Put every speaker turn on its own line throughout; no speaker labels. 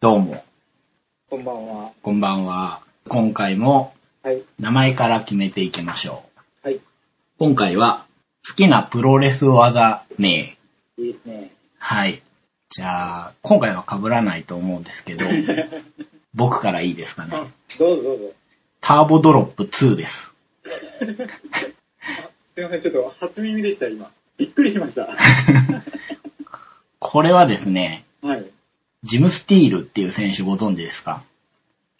どうも、
こんばんは。
こんばんは。今回も
はい。
名前から決めていきましょう。
はい。
今回は、好きなプロレス技ね
いいですね。
はい。じゃあ、今回は被らないと思うんです けど、僕からいいですかね。
どうぞどうぞ。
ターボドロップ2です。
あすいません、ちょっと初耳でした、今。びっくりしました。
これはですね、
はい。
ジム・スティールっていう選手ご存知ですか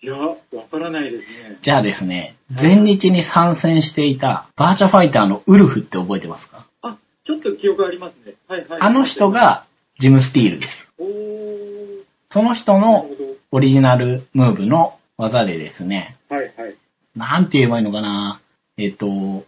いや、わからないですね。
じゃあですね、前日に参戦していたバーチャファイターのウルフって覚えてますか
あ、ちょっと記憶ありますね。はいはい。
あの人。がジム・スティールです。
おー。
その人
な
の
るほど。
オリジナルムーブの技でですね、
はいはい。
なんて言えばいいのかなえっ、と、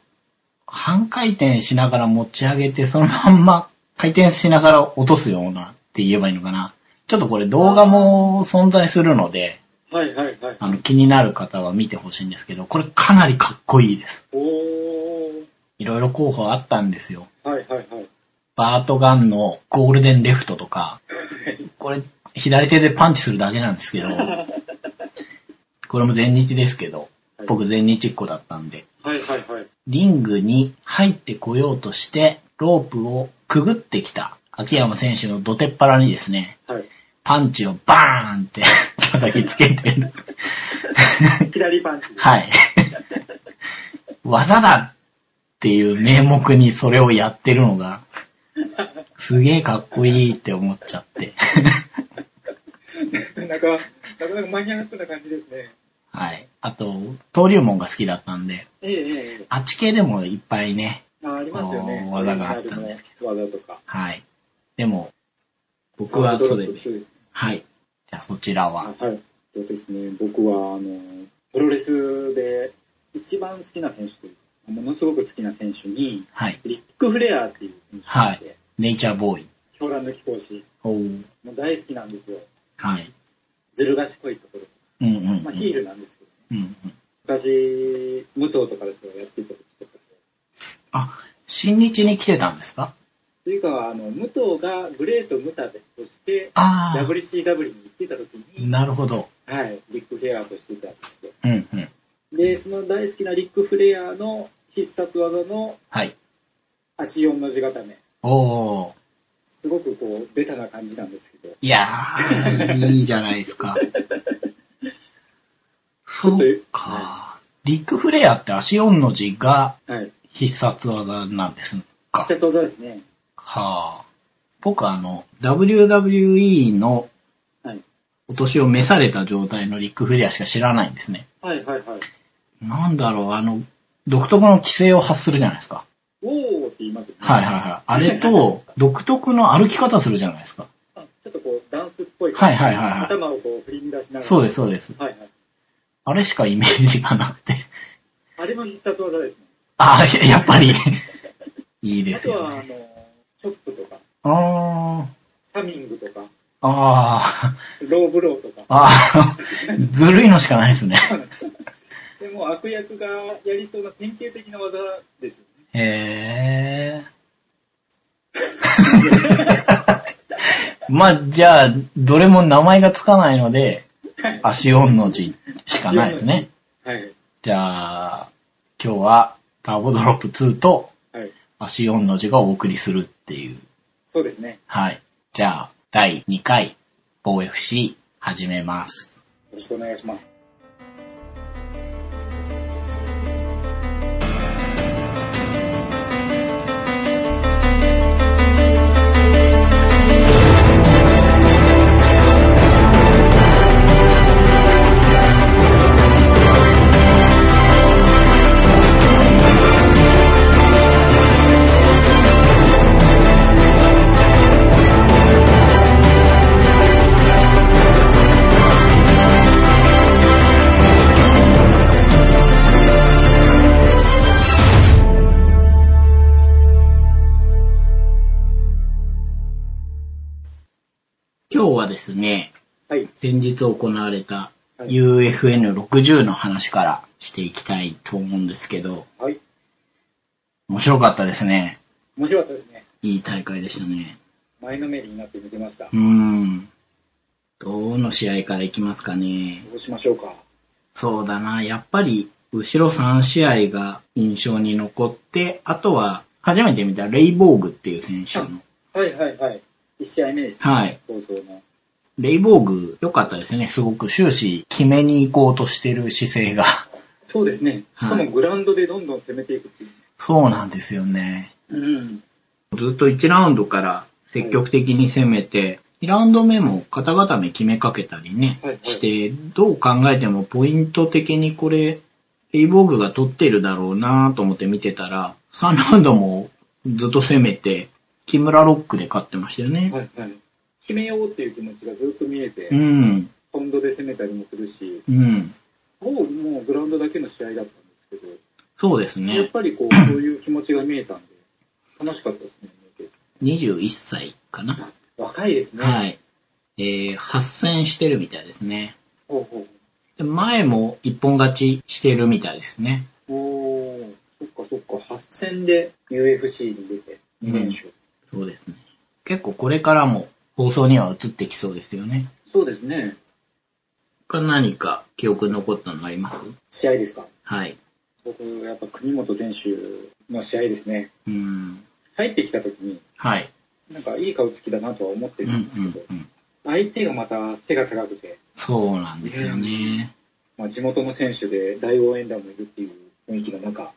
半回転しながら持ち上げて、そのまんま回転しながら落とすようなって言えばいいのかなちょっとこれ動画も存在するので、
はいはいはい。
あの気になる方は見てほしいんですけど、これかなりかっこいいです。
おー。
いろいろ候補あったんですよ。
はいはいはい。
バートガンのゴールデンレフトとか、これ左手でパンチするだけなんですけど、これも前日ですけど、僕前日っ子だったんで、
はいはいはい。
リングに入ってこようとして、ロープをくぐってきた秋山選手の土手っ腹にですね、
はい。
パンチをバーンって 叩きつけてる。
左パンチ。
はい。 技だっていう名目にそれをやってるのが、すげえかっこいいって思っちゃって。
なんか、なかなかマニアックな感じですね。
はい。あと、登竜門が好きだったんで、
ええええええ。
あっち系でもいっぱいね、
あありますよね。
こう技があったんですけ
ど。技とか。
はい。でも、僕はそれ
ドロッ
で
プ。そうです
はい。じゃあそちらは。
はい。そうですね。僕は、あの、プロレスで一番好きな選手という、ものすごく好きな選手に、
はい。
リック・フレアっていう選手がいて、
ネイチャーボーイ。
狂乱の貴公子、
おー
もう大好きなんですよ。
はい。
ずる賢いとこ
うんうん
ろ。まあ、ヒールなんですけど、ね、
うん。うんうん。
昔、武藤とかですとやってた時とかで。
あ、新日に来てたんですか
というか、あの、武藤がグレート・ムタベとして、
あ
WCW に行ってた時
あ。
に、
なるほど。
はい、リック・フレアとしてたんですよ。
うんうん。
で、その大好きなリック・フレアの必殺技の
はい。
足4の字固め。
おー。
すごくこう、ベタな感じなんですけど。
いやー、 いいじゃないですか。そ
ょっ
う
と
か。リックフレアって足4の字が
はい。
必殺技なんですか
必。殺技ですね。
はあ。僕あの、WWE の
はい。
お年を召された状態のリックフレアしか知らないんですね。
はいはいはい。
なんだろう、あの、独特の規制を発するじゃないですか。
おーって言いますよね。
はいはいはい。あれ と、独特の歩き方するじゃないですか。
あちょっとこう、ダンスっぽい。
はいはいはいはい
頭をこう、振り乱しながら。
そうですそうです。
はいはい。
あれしかイメージがなくて。
あれも必殺技ですね。
ああ、やっぱり。 いいで
あ
す
と
よ
は、あ
ね。
の、チョップとか、
あ
サミングとか、
あ、あ
ローブローとか
あ、。ああ、ずるいのしかないですね。
でも悪役がやりそうな典型的な技ですよね。
へえ。 まあ、じゃあ、どれも名前がつかないので、足音の字しかないですね。
はい。
じゃあ、今日はターボドロップ2と
はい。
足音の字がお送りするっていう。
そうですね。
はい。じゃあ、第2回、防 FC 始めます。
よろしくお願いします。
今日はですね、
はい。
先日行われた
はい
UFN60 の話からしていきたいと思うんですけど、
はい。
面白かったですね。
面白かったですね。
いい大会でしたね。
前のめりになって見てました
う。ーん。どの試合からいきますかね。
どうしましょうか。
そうだな、やっぱり、後ろ3試合が印象に残って、あとは、初めて見たレイボーグっていう選手の。
はいはいはい。1試合目ですね。
はい。
放送の。
レイボーグ、良かったですね。すごく終始、決めに行こうとしてる姿勢 が。
そうですね。しか
は
も
い
グラウンドでどんどん攻めていくっていう。
そうなんですよね。
うん。
ずっと1ラウンドから積極的に攻めて、2ラウンド目も肩固め決めかけたりね、
はいはい
して、どう考えてもポイント的にこれ、レイボーグが取ってるだろうなと思って見てたら、3ラウンドもずっと攻めて、木村ロックで勝ってましたよね。
はいはい。決めようっていう気持ちがずっと見えて
う、ん、
ポンドで攻めたりもするし、
うん。
ほぼもうグラウンドだけの試合だったんですけど、
そうです
や
ね。
っぱり こう、そういう気持ちが見えたんで、楽しかったですね、見て
21歳かな。
若いですね。。
はいい。えー、発戦してるみたいですね。
ほうほ
で前も一本勝ちしてるみたいですね。
う。おー、そっかそっか、8戦で UFC に出て、2連勝。
そうですね。結構これからも放送には移ってきそうですよね。
そうですね。
他何か記憶に残ったのあります
試合ですか。
はい。
僕、やっぱ国本選手の試合ですね。
うん。
入ってきた時に、
はい。
なんかいい顔つきだなとは思って
うん
る
うん
ですけど、
ん。
相手がまた背が高くて、
そうなんですよね。
まあ、地元の選手で大応援団もいるっていう雰囲気の中、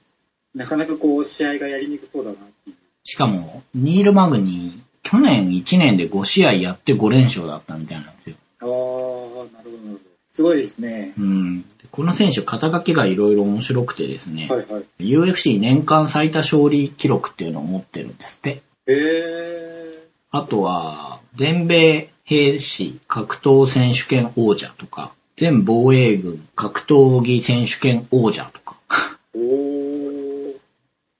なかなかこう、試合がやりにくそうだなっていう。
しかも、ニール・マグニー、去年1年で5試合やって5連勝だったみたいなんですよ。
あー、なるほど、なるほど。すごいですね。
うん。でこの選手、肩書きがいろいろ面白くてですね、
はいはい。
UFC 年間最多勝利記録っていうのを持ってるんですって。
へえ
あとは、全米兵士格闘選手権王者とか、全防衛軍格闘技選手権王者とか。
ー。おー。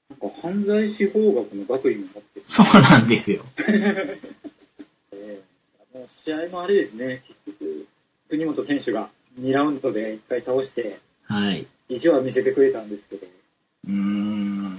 なんか犯罪司法学の学位も持ってる。
そうなんですよ。
あの試合もあれですね、結局、国本選手が2ラウンドで1回倒して、
はい。
意地は見せてくれたんですけど、
うーん。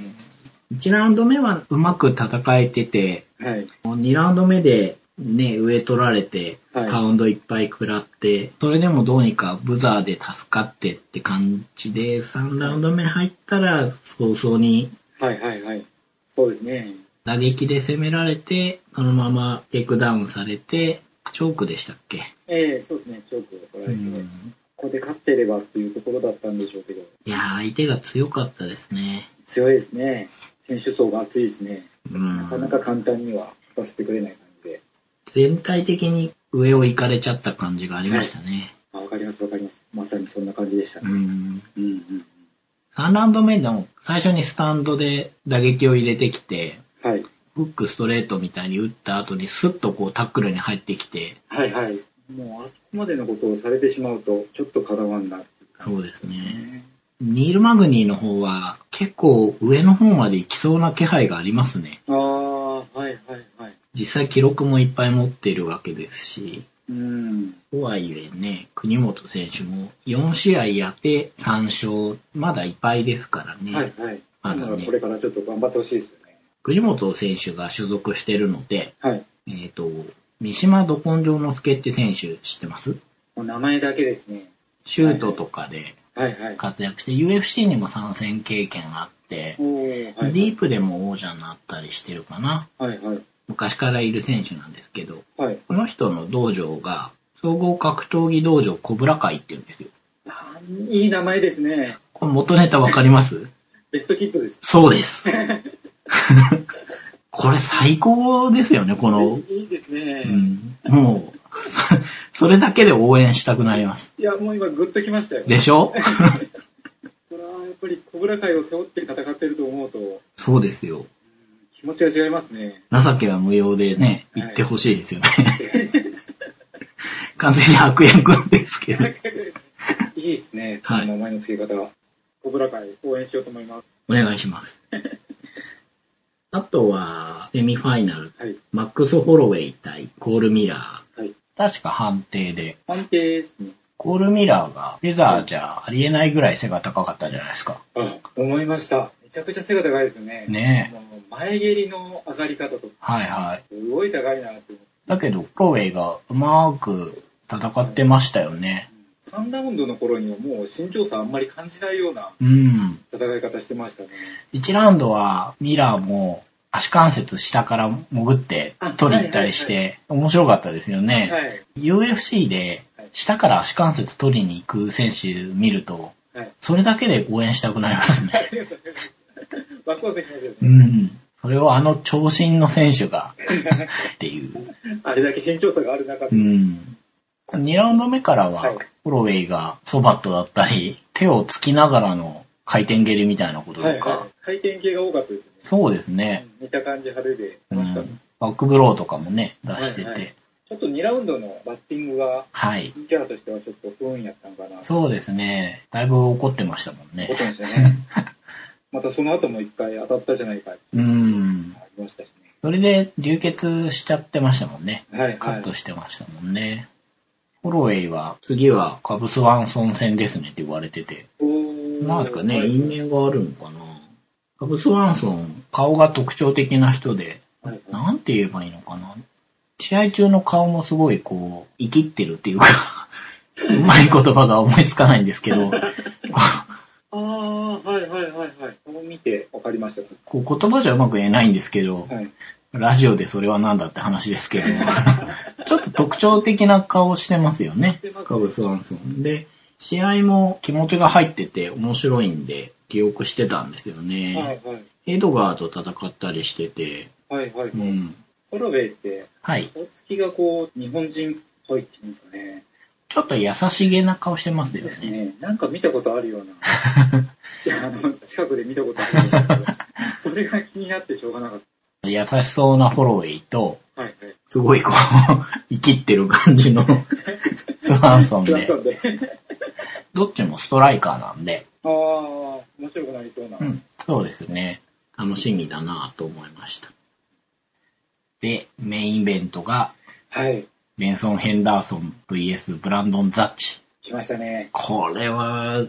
1ラウンド目はうまく戦えてて、
はい。
2ラウンド目でね、上取られて、
はい
カウンドいっぱい食らって、それでもどうにかブザーで助かってって感じで、3ラウンド目入ったら早々に
はいはいはい。そうですね。
打撃で攻められて、そのままテイクダウンされて、チョークでしたっけ、
ええそうですね、チョークを取ら
う
れて、こ
ん、
こで勝ってればっていうところだったんでしょうけど、
いやー、相手が強かったですね。
強いですね。選手層が厚いですね。
う、
なかなんか簡単には勝たせてくれない感じで。
全体的に上を行かれちゃった感じがありましたね。
あわかりますわかります。まさにそんな感じでしたね。
うん、
うんうん
3ラウンド目でも最初にスタンドで打撃を入れてきて、
うん。はい。
フックストレートみたいに打った後にスッとこうタックルに入ってきて、
はいはい。もうあそこまでのことをされてしまうと、ちょっとかなわんなっていう感
そうです
じです
ね。
ね。
ニール・マグニーの方は結構上の方まで行きそうな気配がありますね。
ああ、はいはいはい。
実際記録もいっぱい持ってるわけですし、
うん。
とはいえね、国本選手も4試合やって3勝、まだいっぱいですからね。
はいはい。
ま
だ
だ
から
ね
こ、れからちょっと頑張ってほしいですよね。
国本選手が所属してるので、
はい。
えっ、と、三島ど根性之助って選手知ってます
もう名前だけですね。
シュートとかで
はいはい。
活躍して、UFC にも参戦経験があって、
おーはい
ディープでも王者になったりしてるかな。
はいはい。
昔からいる選手なんですけど、
はい。
この人の道場が、総合格闘技道場コブラ会っていうんですよ。
あーいい名前ですね。
これ元ネタわかります
ベストキットです。
そうです。 これ最高ですよね、この。
いいですね。
うん、もう、 それだけで応援したくなります。
いや、もう今グッときましたよ。
でしょ
それはやっぱり小倉会を背負って戦ってると思うと、
そうですよ。
気持ちが違います ね。
情けは無用でね、
はい
言ってほしいですよね。 完全に悪役ですけど。
いいですね。
はい
名前の付け方は。小倉会応援しようと思います。
お願いします。あとは、セミファイナル。
はい。
マックス・ホロウェイ対コール・ミラー。
はい。
確か判定で。
判定ですね。
コール・ミラーが、レザーじゃありえないぐらい背が高かったじゃないですか。
あ、思いました。めちゃくちゃ背が高いですよね。
ねえ。
もう前蹴りの上がり方とか、
はいはい。
すごい高いなって思
だけど、ホロウェイがうまく戦ってましたよね。
3ラウンドの頃にはもう身長差あんまり感じないような
うん。
戦い方してましたね。
1ラウンドはミラーも足関節下から潜って取りに行ったりして、面白かったですよね。
はい。
UFC で下から足関節取りに行く選手見ると
はい、
それだけで応援したくなりますね。
ワクワクしますよ
う
ね。
ん。それをあの長身の選手が、っていう。
あれだけ身長差がある中
う
で。
ん。2ラウンド目からは
はい、
ホロウェイがソバットだったり、手をつきながらの回転蹴りみたいなこと
は
と
い
か
は、い。回転系が多かったですよね。
そうですね。
うん見た感じ派手で
う
楽しかったで
ん
す。。
バックブローとかもね、出して
はいはい
て。
ちょっと2ラウンドのバッティングが、
はい。
キャラとしてはちょっと不運やったのかな。
そうですね。だいぶ怒ってましたもん
思っ
ね。
てましたね。 またその後も一回当たったじゃないかって
うん。
ありましたしね。
それで流血しちゃってましたもんね。
はい、
カ
は
ッ
い
ト。してましたもんね。ホロウェイは、次はカブスワンソン戦ですねって言われてて。
おー
なんですかね、
はい
因縁があるのかな。カブスワンソン、顔が特徴的な人で、
はいはい
なんて言えばいいのかな。試合中の顔もすごいこう、生きってるっていうか、 うまい言葉が思いつかないんですけ ど、
ああ、はいはいはいはい。この見て分かりました。
こう言葉じゃうまく言えないんですけど、
はい。
ラジオでそれは何だって話ですけど、 ちょっと特徴的な顔してますよね
してますね。
カブスワンソン。で、試合も気持ちが入ってて面白いんで、記憶してたんですよね。
はいはい。
エドガーと戦ったりしてて、
はいはい。
うん。
ホロウェイって、
はい。
顔つきがこう、日本人っぽいっていうんですかね。
ちょっと優しげな顔してますよ
です
ね。
ね。なんか見たことあるような。 じゃあ、あの、近くで見たことあるような。それが気になってしょうがなかっ
優しそうなフォロウェイと、
た。はいはい。
すごいこう、 生きってる感じ のスワンソン
スラ
で
さ、んで。
どっちもストライカーなんで、
ああ、面白くなりそうな。
うん、そうですね。楽しみだなと思いました。で、メインイベントが、
はい。
ベンソン・ヘンダーソン VS ブランドン・ザッチ。
来ましたね。
これは、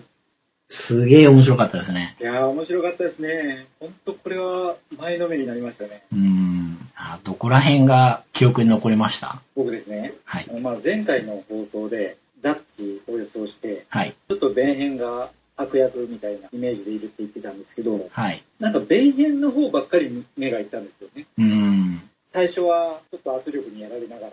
すげえ面白かったですね。
いやー、面白かったですね。ほんとこれは前のめりになりましたね。
うん。あどこら辺が記憶に残りました
僕ですね。
はい
あ。のまあ、前回の放送で、ザッチを予想して、
はい。
ちょっと弁編が悪役みたいなイメージでいるって言ってたんですけど、
はい。
なんか弁編の方ばっかり目がいったんですよね。
うーん。
最初はちょっと圧力にやられながら、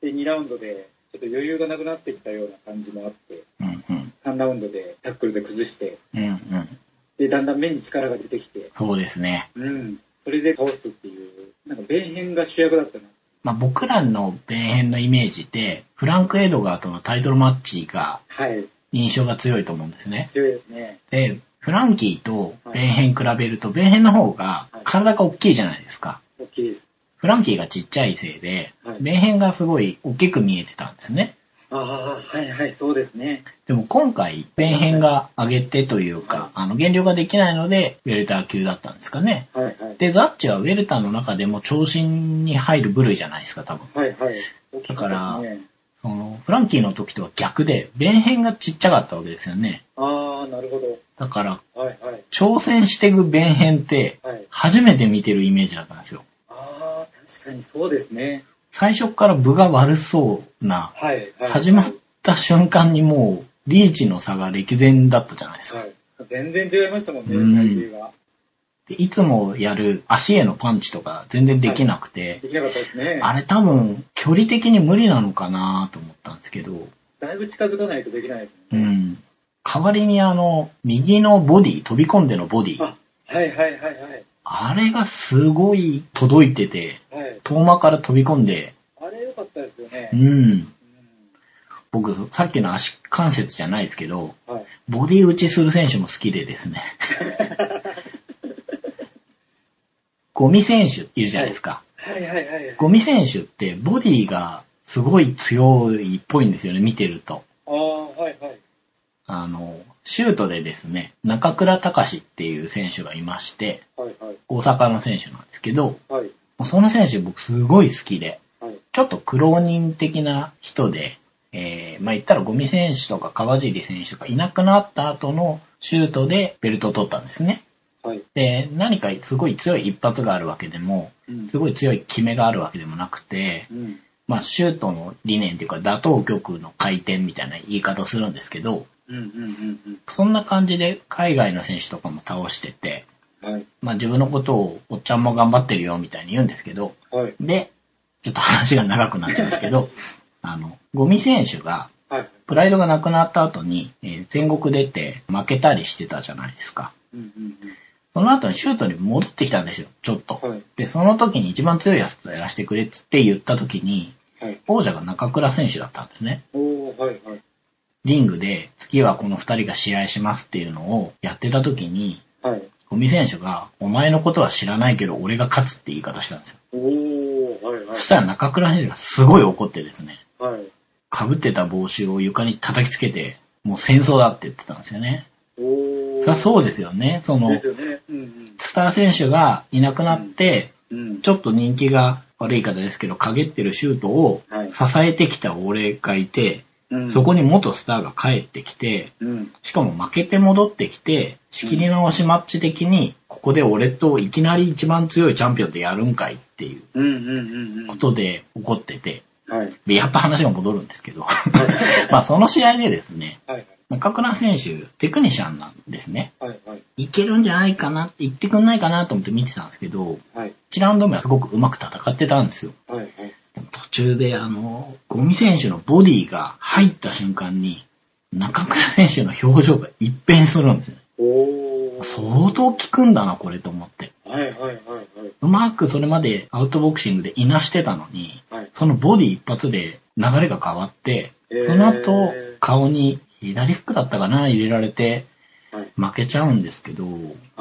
で、2ラウンドでちょっと余裕がなくなってきたような感じもあって、
うんうん。
3ラウンドでタックルで崩して、
うんうん。
で、だんだん目に力が出てきて、
そうですね。
うん、それで倒すっていう、なんか弁編が主役だったな。
まあ、僕らの米編のイメージで、フランク・エドガーとのタイトルマッチが
はい、
印象が強いと思うんですね。
強いですね。
で、フランキーと米編比べると、米編の方が体が大きいじゃないですか。
大きいです。
フランキーがちっちゃいせいで、
はい。
米編がすごい大きく見えてたんですね。
ああ、はいはい、そうですね。
でも今回、米編が上げてという
はい
か、あの、減量ができないので、ウェルター級だったんですかね。
はいはい。
で、ザッチはウェルターの中でも長身に入る部類じゃないですか、多分。
はいは
だ
い。
から
大きかったですね
その、フランキーの時とは逆で、弁編がちっちゃかったわけですよね。
ああ、なるほ
だから、
ど。はいはい。
挑戦していく弁編って、
はい。
初めて見てるイメージだったんですよ。
ああ、確かにそうですね。
最初から部が悪そうな、
はいはい。
始まった瞬間にもう、リーチの差が歴然だったじゃないですか。
はい。全然違いましたもんね、
うん
体重が。
でいつもやる足へのパンチとか全然できなくて、
できなかったですね。
あれ多分、距離的に無理なのかなと思ったんですけど、
だいぶ近づかないとできないです
う
もんね。
ん。代わりにあの、右のボディ、飛び込んでのボディ、
あ、はいはいはいはい。
あれがすごい届いてて、
はい。
遠間から飛び込んで、
あれ良かったですよね
う。ん。
うん
僕、さっきの足関節じゃないですけど、
はい。
ボディ打ちする選手も好きでです ね。ゴミ選手いるじゃないですか。
はいはいはいはい。
ゴミ選手ってボディがすごい強いっぽいんですよね、見てると。
ああ、はいはい。
あの、シュートでですね、中倉隆っていう選手がいまして、
はいはい。
大阪の選手なんですけど、
はい。
その選手僕すごい好きで、
はい。
ちょっと苦労人的な人で、えー、まあ言ったらゴミ選手とか川尻選手とかいなくなった後のシュートでベルトを取ったんですね。
はい。
で、何かすごい強い一発があるわけでも、
うん
す。ごい強い決めがあるわけでもなくて、
うん。
まあ、シュートの理念っていうか、打倒局の回転みたいな言い方をするんですけど、
うんうんうん
そんな感じで海外の選手とかも倒してて、
うん。はい。
まあ自分のことをおっちゃんも頑張ってるよみたいに言うんですけど、
はい。
で、ちょっと話が長くなっちゃうんですけど、 あの、ゴミ選手が、
はい。
プライドがなくなった後に、えー全国出て負けたりしてたじゃないですか。
うん
その後にシュートに戻ってきたんですよ、ちょっと
うん。うん。はい。
で、その時に一番強いやつとやらせてくれっつって言った時に、
はい。
王者が中倉選手だったんですね。
おー、はいはい。
リングで、次はこの二人が試合しますっていうのをやってた時に、
はい。
ゴミ選手が、お前のことは知らないけど俺が勝つって言い方したんですよ。
おー、はいは
そ
い
し。たら中倉選手がすごい怒ってですね、
はい。
被ってた帽子を床に叩きつけて、もう戦争だって言ってたんですよね。
おー。
そりゃそううですよね。その
で、すよね。うん
スター選手がいなくなって、
うん。うん。
ちょっと人気が悪い言い方ですけど、陰ってるシュートを
はい
支えてきた俺がいて、
うん
そこに元スターが帰ってきて、
うん。
しかも負けて戻ってきて、仕切り直しマッチ的に、ここで俺といきなり一番強いチャンピオンでやるんかいっていう
うんうんうんうん。
ことで怒ってて、
はい。はい
でやっと話が戻るんですけ ど、まあその試合でですね、
はい。
中倉選手、テクニシャンなんですね。
はいはい。
いけるんじゃないかな、いってくんないかなと思って見てたんですけど、
はい。
1ラウンド目はすごくうまく戦ってたんですよ。
はいはい。
でも途中であの、ゴミ選手のボディが入った瞬間に、中倉選手の表情が一変するんですよ。
おー。
相当効くんだな、これと思って。
はいはいはいはい。
うまくそれまでアウトボクシングでいなしてたのに、
はい。
そのボディ一発で流れが変わって
へ、ー
その後、顔に左フックだったかな、入れられて
はい、
負けちゃうんですけど、
は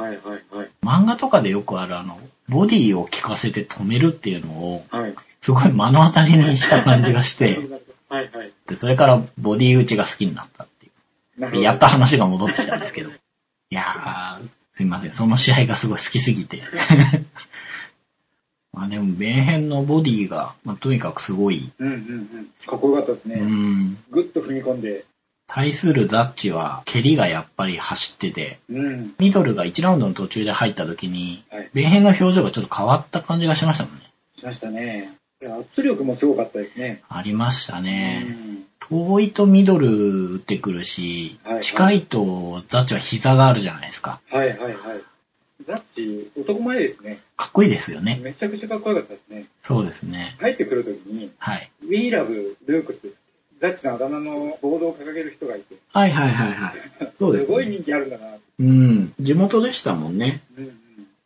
いはいはい。
漫画とかでよくあるあの、ボディを効かせて止めるっていうのを、
はい。
すごい目の当たりにした感じがし て、
はいはい。
で、それからボディ打ちが好きになったってい
なる
う。
ほど
やっと話が戻ってきたんです けど。いやー、すいません。その試合がすごい好きすぎ て。まあでも、米編のボディが、まあとにかくすごい。
うんうんうん。かっこよかったです
う
ね。
ん。
ぐっと踏み込んで。
対するザッチは、蹴りがやっぱり走ってて、
うん。
ミドルが1ラウンドの途中で入った時に、
はい。
米編の表情がちょっと変わった感じがしましたもんね。
しましたね。いや圧力もすごかったですね。
ありましたね。
うん
遠いとミドル打ってくるし、
はいはい
近いとザッチは膝があるじゃないですか。
はいはいはい。ザッチ、男前ですね。
かっこいいですよね。
めちゃくちゃかっこよかったですね。
そうですね。
入ってくるときに、
はい。
We Love Lucas です。ザッチのあだ名のボードを掲げる人がいて、
はいはいはいはい。そうです、ね。
ごい人気あるんだな。
うん。地元でしたもんね。
うんうん、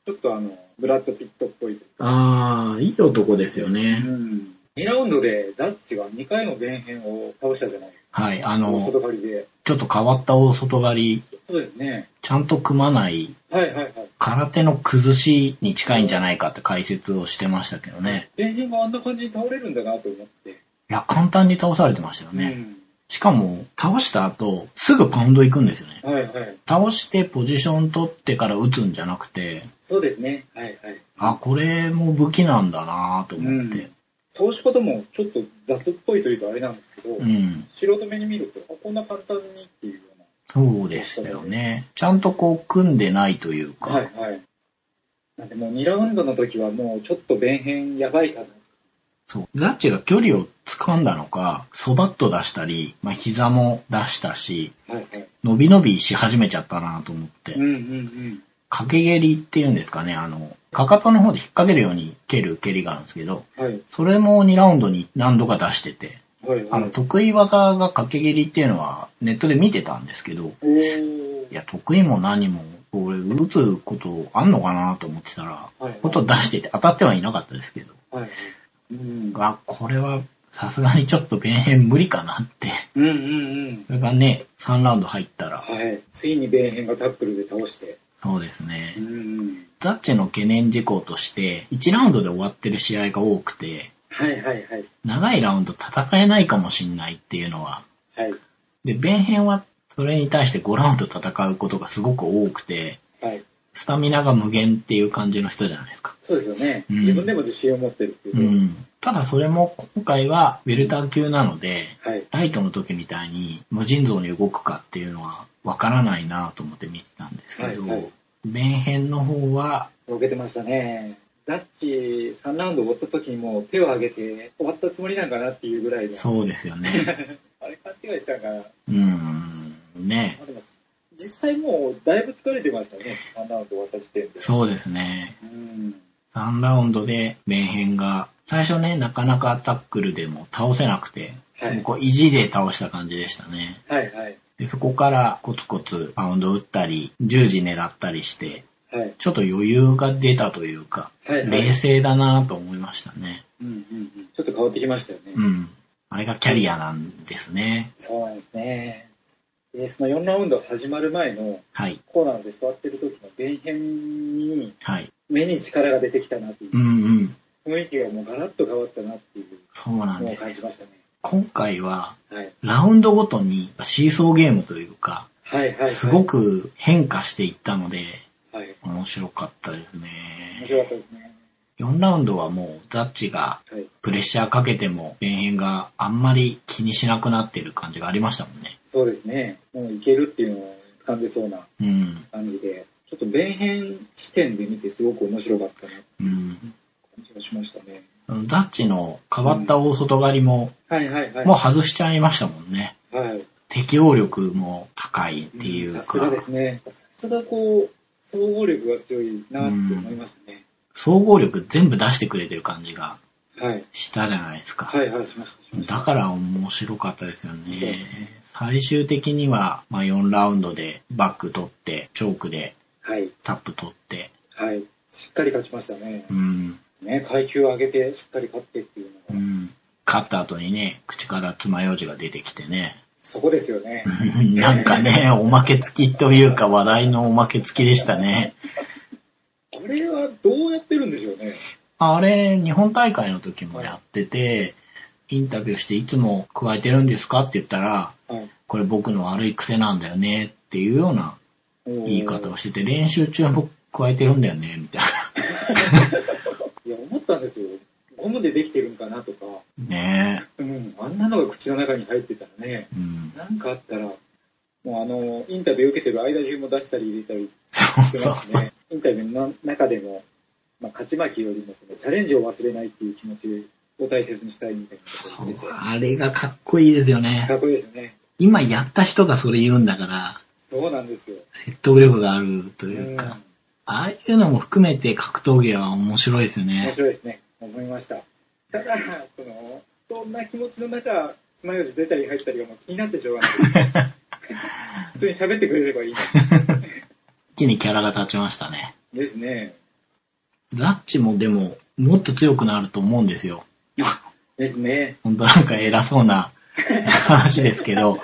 ちょっとあの、ブラッド・ピットっぽい。
ああ、いい男ですよ
う
ね。
ん。2ラウンドでザッチが2回の弁編を倒したじゃないです
はい。あ
か。
の、
外張りで。
ちょっと変わった大外刈り、
そうですね。
ちゃんと組まない、
はいはいはい。
空手の崩しに近いんじゃないかって解説をしてましたけどね。
弁編があんな感じに倒れるんだなと思って。
いや、簡単に倒されてましたよね。しかも、倒した後、すぐパウンド行くんですよね。
うん。はいはい。
倒してポジション取ってから打つんじゃなくて、
そうですね。はいはい。
あ、これも武器なんだなと思って。
倒し方もちょっと雑っぽいというとあれなんですけど、
うん
素人目に見ると、あこんな簡単にっていうよ
そうでしたよね。ちゃんとこう、組んでないという
う
か。
な。はいはい。なんでもう2ラウンドの時はもうちょっと弁編やばいかな。
そう。ザッチが距離を掴んだのか、そばっと出したり、まあ、膝も出したし、
はいはい。
伸び伸びし始めちゃったなと思って。
うんうんうん。
掛け蹴りっていうんですかね、あの、かかとの方で引っ掛けるように蹴る蹴りがあるんですけど、
はい。
それも2ラウンドに何度か出してて、
はいは
あ
い。
の、得意技が掛け蹴りっていうのはネットで見てたんですけど、
おー
いや、得意も何も、俺、打つことあんのかなと思ってたら、
はいはい
こと出してて当たってはいなかったですけど、
はいはい。うん。
あ、これはさすがにちょっと弁変無理かなって。
うんうんうん。
それがね、3ラウンド入ったら、
はい。ついに米編がタックルで倒して。
そうですね
う。んうん。
ザッチの懸念事項として、1ラウンドで終わってる試合が多くて、
はいはいはい。
長いラウンド戦えないかもしんないっていうのは、
はい。
で、弁変はそれに対して5ラウンド戦うことがすごく多くて、
はい。
スタミナが無限っていう感じの人じゃないですか。
そうですよね。
うん
自分でも自信を持ってるっていうう。
ん。ただそれも今回はウェルター級なので、
はい。
ライトの時みたいに無尽蔵に動くかっていうのはわからないなと思って見てたんですけど、
はいはい
弁編の方は、
受けてましたね。ダッチ3ラウンド終わった時にもう手を挙げて終わったつもりなんかなっていうぐらいで、
そうですよね。
あれ勘違いしたんかな。
うん。ね
まあでも実際もうだいぶ疲れてましたね、3ラウンド終わった時点で。
そうですね。
うん。
3ラウンドで面編が、最初ね、なかなかタックルでも倒せなくて、
は
もう
い。
こう意地で倒した感じでしたね。
はいはい。
で、そこからコツコツパウンド打ったり、十字狙ったりして、
はい。
ちょっと余裕が出たというか、
はい、は
冷
い。
静だなと思いましたね。
うんうんうん。ちょっと変わってきましたよね。
うん。あれがキャリアなんですね。
そうなんですね。で、その4ラウンド始まる前の
はい。
コーナーで座ってる時の弁編に
はい。
目に力が出てきたなっていう
う。んうん。
雰囲気がもうガラッと変わったなっていう
そうなん
のを
です
感
よ
じ。ましたね。
今回は、
はい。
ラウンドごとにシーソーゲームというか、
はいはいはい。
すごく変化していったので、
はい。
面白かったです
面
ね。
白かったですね。
4ラウンドはもうザッチが
はい。
プレッシャーかけても、前編があんまり気にしなくなってる感じがありましたもんね。
そうですね。もういけるっていうのを掴んでそうな
うん。
感じで、ちょっと弁編視点で見てすごく面白かったなって
うん。
感じがしましたね。
そのザッチの変わった大外刈りも、
はいはいはい。
もう外しちゃいましたもんね。
はい。
適応力も高いっていうか、
さすがですね。さすがこう、総合力が強いなって思いますね。
総合力全部出してくれてる感じが
はい。
したじゃないですか。
はいはい、しました。しました
だから面白かったですよ
そう
ね。最終的には、まあ、4ラウンドでバック取って、チョークで
はい。
タップ取って、
はい。しっかり勝ちましたね
う。ん、
ね、階級を上げてしっかり勝ってっていう
う
のが、
ん。勝った後にね、口から爪楊枝が出てきてね。
そこですよね。
なんかね、おまけ付きというか話題のおまけ付きでしたね。
あれはどうやってるんでしょうね。
あれ、日本大会の時もやってて、インタビューしていつも加えてるんですかって言ったら、
はい。
これ僕の悪い癖なんだよねっていうような言い方をしてて、練習中も加えてるんだよね、みたい
いや、思ったんですよ。ゴムでできてるんかなとか、
な。ね
うん、あんなのが口の中に入ってたらね、
え。うん。
なんかあったら、もうあの、インタビュー受けてる間中も出したり入れたり
そう
して
そう
ます
そう。
ね。インタビューの中でも、まあ、勝ち負けよりもそのチャレンジを忘れないっていう気持ちを大切にしたいみたいなこと
そ
を
う
言って て。
あれがかっこいいですよね
か。っこいいですね。
今やった人がそれ言うんだから、
そうなんですよ。
説得力があると
う、
いうんか、
面
ああいうのも含めて格闘技は面白いですよね。
白いですね。思いました。ただ、その、そんな気持ちの中、爪楊枝出たり入ったりがもう気になってしょう がない。普通に喋ってくれればいい
一気にキャラが立ちましたね。
ですね。
ラッチもでも、もっと強くなると思うんですよ。
ですね。
本当なんか偉そう な話ですけど、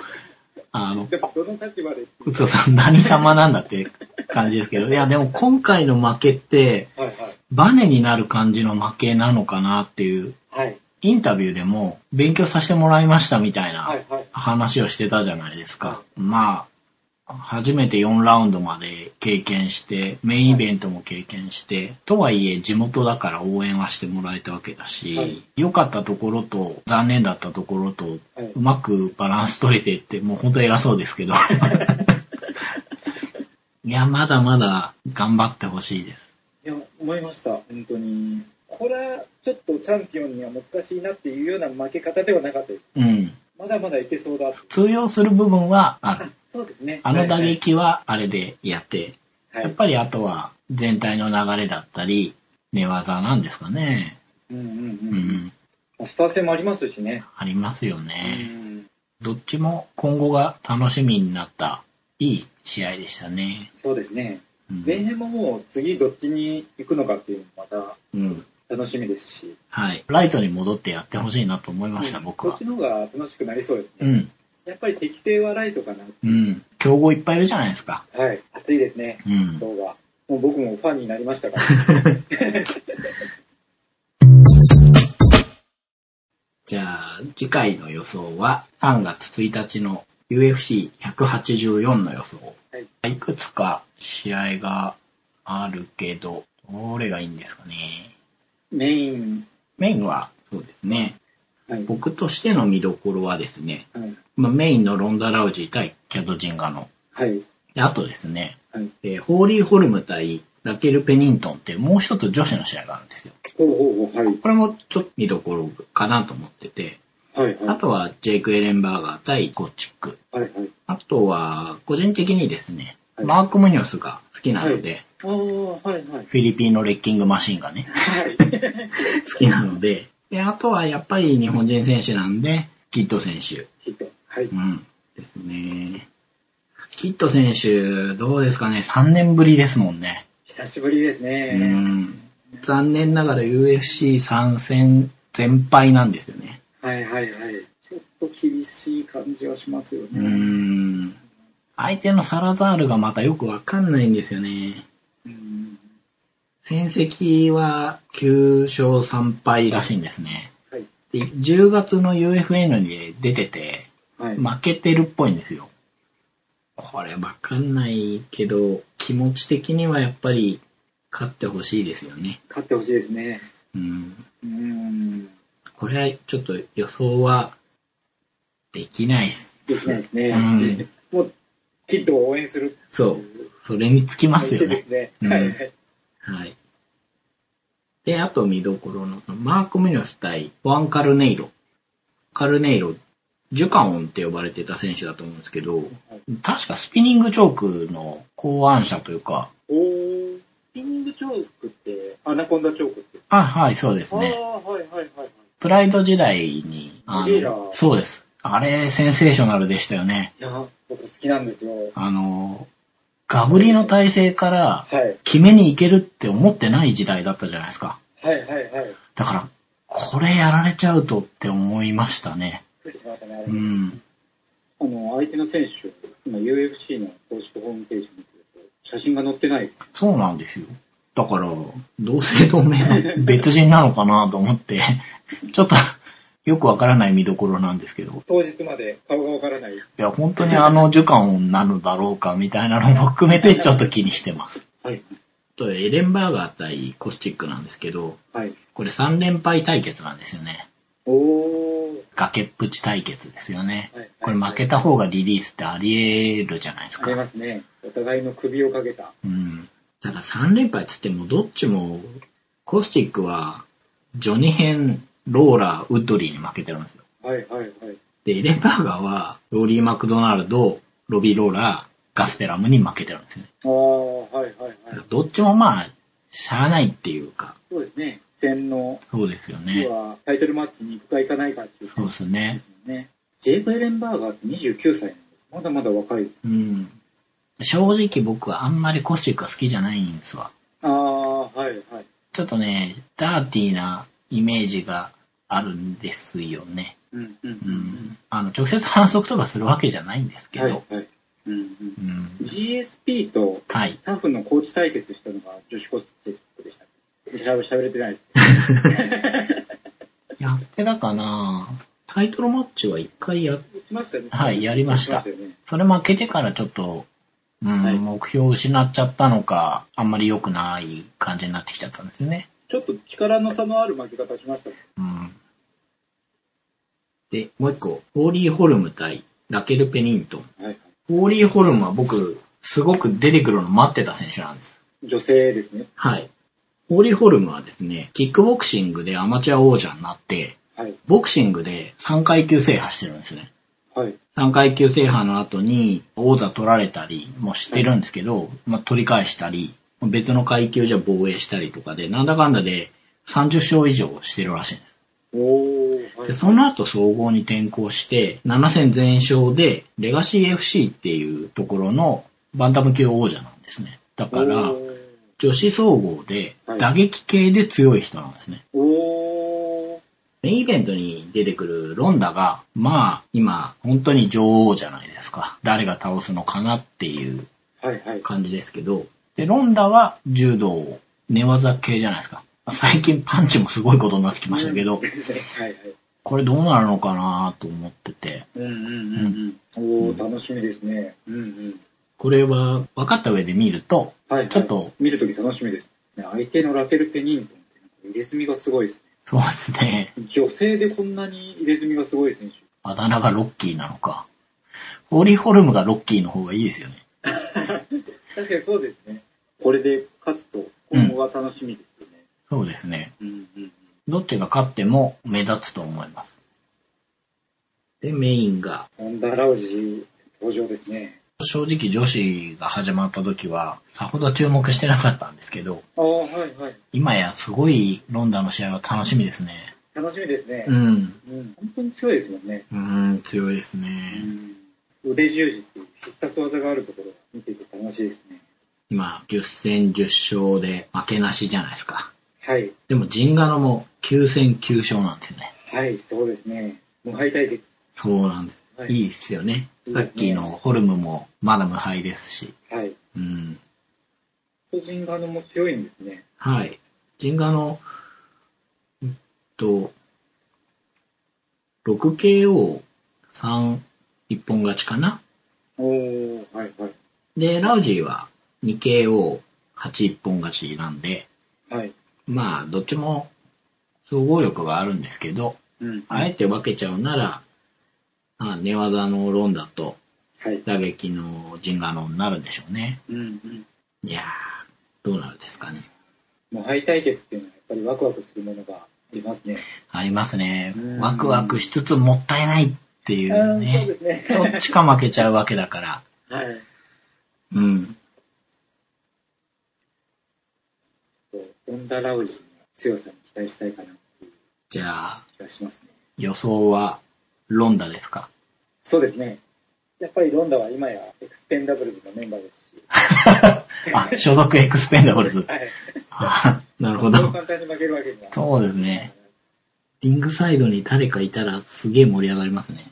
あの
で、も、どの立場で。
うつさん何様なんだって感じですけど、いやでも今回の負けって、
はいはい。
バネになる感じの負けなのかなっていう、
はい。
インタビューでも勉強させてもらいましたみたい
は
ない
はい。
話をしてたじゃないですか。まあ、初めて4ラウンドまで経験して、メインイベントも経験して、とはいえ地元だから応援はしてもらえたわけだ
はい
し、良かったところと残念だったところと。
はいう
まくバランス取れてって、もう本当偉そうですけど。いや、まだまだ頑張ってほしいです。
いや、思いました。本当に。これは、ちょっとチャンピオンには難しいなっていうような負け方ではなかったです。
うん。
まだまだいけそうだ。
通用する部分はある。
そうですね。
あの打
はいはい
撃はあれでやって、
は
やっ
い。
ぱりあとは全体の流れだったり、寝技なんですかね。
うんうん
う
うん。
ん。
スター性もありますしね。
ありますよ
う
ね。
ん。
どっちも今後が楽しみになった、いい試合でしたね。
そうですね。
うん
例年ももう次どっちに行くのかっていうのもま
うん。
た楽しみですし。
はい。ライトに戻ってやってほしいなと思いました、僕
こっ
は
ち。の方が楽しくなりそうですね。
うん。
やっぱり適性はライトかな。
うん。競合いっぱいいるじゃないですか。
はい。熱いですね。
うん。
そうが。もう僕もファンになり ましたから。
じゃあ、次回の予想は3月1日の UFC184 の予想。
はい
い。くつか試合があるけど、どれがいいんですかね。
メイン。
メインは、そうですね。
はい。
僕としての見どころはですね、
はい。
まあ、メインのロンダ・ラウジー対キャド・ジンガの。
はい。
であとですね、
はい
えーホーリー・ホルム対ラケル・ペニントンってもう一つ女子の試合があるんですよ。
ほうほうほう、はい。
これもちょっと見どころかなと思ってて、
はいはい。
あとはジェイク・エレンバーガー対ゴッチック。
はいはい。
あとは、個人的にですね、
はい
マーク・ムニョスが好きなので、
ああ、はい はい。
フィリピンのレッキングマシンがね、
はい。
好きなので、で、あとはやっぱり日本人選手なんで、キッド選手。
ヒット。はい。
うん。ですね。キッド選手、どうですかね、3年ぶりですもんね。
久しぶりです
う
ね。
ん。残念ながら UFC 参戦全敗なんですよね。
はいはいはい。ちょっと厳しい感じはしますよ
う
ね。
ん。相手のサラザールがまたよくわかんないんですよね。
うん。
戦績は9勝3敗らしいんですね。
はい。
で10月の UFN に出てて、
はい。
負けてるっぽいんですよ。これわかんないけど、気持ち的にはやっぱり勝ってほしいですよね。
勝ってほしいですね。
うん。
うん。
これはちょっと予想はできないっす。
できないです
う
ね
ん。
もう、キッドを応援する。
そう。それにつきますよ
相手で
ね
す。
う
ね。
ん
はいはい。
はい。で、あと見どころの、マーク・ムニョス対ワン・カルネイロ。カルネイロ、ジュカオンって呼ばれてた選手だと思うんですけど、確かスピニングチョークの考案者というか、
おー、ピングチョークって、アナコンダチョークって。
あ、はい、そうです
ああ、
ね。
はいはいはい。
プライド時代に、あ
リーダー
の、そうです。あれ、センセーショナルでしたよね。
いや、僕好きなんですよ。
あの、ガブリの体勢から、
はい。
決めに行けるって思ってない時代だったじゃないですか。
はいはいはい。
だから、これやられちゃうとって思いましたね。
びっくりしましたね、あれ。
うん。
あの、相手の選手、今 UFC の公式ホームページ見てると、写真が載ってない。
そうなんですよ。だから、同姓同名の別人なのかなと思って、 ちょっと、よくわからない見どころなんですけど。
当日まで顔がわからない。
いや、本当にあの受感なのだろうかみたいなのも含めてちょっと気にしてます。
はい。
と、エレンバーガー対コスチックなんですけど、
はい。
これ3連敗対決なんですよね。
おー。
崖っぷち対決ですよね
はい。
これ負けた方がリリースってあり得るじゃないです
ありま
か。
すね。お互いの首をかけた。
うん。ただ3連敗っつってもどっちも、コスチックは、ジョニヘン、ローラ、ウッドリーに負けてるんですよ。
はいはいはい。
で、エレンバーガーは、ローリー・マクドナルド、ロビー・ローラ、ガスペラムに負けてるんですよね。
あー、はいはいはい。
どっちもまあ、しゃあないっていうか、
そうですね。戦の、
そうですよ
要
ね。
はタイトルマッチに行くか行かないかっていう
そう
感
で
じ
す
で
ね
す。もんね。ジェイク・エレンバーガーって29歳なんです。まだまだ若い。
うん。正直僕はあんまりコスチックが好きじゃないんですわ。
あー、はいはい。
ちょっとね、ダーティーなイメージがあるんですよね。
うんうん
う
うん
ん。あの、直接反則とかするわけじゃないんですけど。
はいはい。うんうん。
うん。
GSP と
はい。
タフのコーチ対決したのが女子コーチでした。しゃべれてないです。
やってたかなタイトルマッチは一回やっ
しましたね。
はいやりました
よね
それ負けてからちょっと、うん
はい
目標を失っちゃったのか、あんまり良くない感じになってきちゃったんですよね。
ちょっと力の差のある負け方しましたね。
うん。で、もう一個、ホーリー・ホルム対ラケル・ペニントン。
はいはい。
ホーリー・ホルムは僕、すごく出てくるの待ってた選手なんです。
女性ですね。
はい。ホーリー・ホルムはですね、キックボクシングでアマチュア王者になって、
はい。
ボクシングで3階級制覇してるんですね。
はい。
3階級制覇の後に王座取られたりもしてるんですけど、まあ、取り返したり、別の階級じゃ防衛したりとかで、なんだかんだで30勝以上してるらしいんで
おー。
す。
はい
で、その後総合に転向して、7戦全勝で、レガシー FC っていうところのバンタム級王者なんですね。だから
お、ー
女子総合で
はい
打撃系で強い人なんですね。
おー。
メインイベントに出てくるロンダが、まあ、今、本当に女王じゃないですか。誰が倒すのかなっていう
はいはい。
感じですけど、で、ロンダは柔道、寝技系じゃないですか。最近パンチもすごいことになってきましたけど
うん、はいはい。
これどうなるのかなと思ってて、
うんうんうんうん。お
うん
ー、楽しみですね。うんうん。
これは分かった上で見ると、
はい、はい。
ちょっと
見るとき楽しみです。ね相手のラテル・ペニントンって、入れ墨がすごいです。
そうですね、
女性でこんなに入れ墨がすごい選手。
あだ名がロッキーなのか、ホーリーホルムがロッキーの方がいいですよね。
確かにそうですね。これで
勝つと、今後が楽しみですよね。
そうですね。
うんうんうん。
どっちが勝っても目立つと思います。で、メインが、
ホンダ・ラウジ登場ですね。
正直女子が始まった時は、さほど注目してなかったんですけど、
ああ、はいはい。
今やすごいロンダの試合は楽しみですね。
楽しみですね。
うん。
うん。本当に強いですもんね。
うん、強いです
う
ね。
ん。腕十字っていう必殺技があるところが見ていて楽しいですね。
今、10戦10勝で負けなしじゃないですか。
はい。
でも、ジンガロも9戦9勝なんですね。
はい、そうですね。無敗対決。
そうなんです。
はい
いいっすよね。
いいで
さ
すね
っきのホルムもまだ無敗ですし。
はい。
うん。
個人側のも強いんですね。
はい。ジンガの、えっと、6KO、3、一本勝ちかな。
おー、はいはい。
で、ラウジーは 2KO、8一本勝ちなんで、
はい。
まあ、どっちも総合力があるんですけど、
うん。
あえて分けちゃうなら、あ寝技のロンダと
はい。
打撃のジンガロになるでしょうね。
うんうん。
いやー、どうなるですかね。
無敗対決っていうのはやっぱりワクワクするものがありますね。
ありますね
う。ん
ワクワクしつつもったいないってい
あ
う
ーそう
ね。
ですね。
どっちか負けちゃうわけだから。
はい。
うん。
ホンダ・ラウジの強さに期待したいかなっていう
じゃあ、
気がしますね。
予想はロンダです か
そうですね。やっぱりロンダは今やエクスペンダブルズのメンバーですし。
あ、所属エクスペンダブルズ。
はい。
あ なるほ
そう
ど。
簡単に負けるわけには。
そうですね。リングサイドに誰かいたらすげえ盛り上がりますね。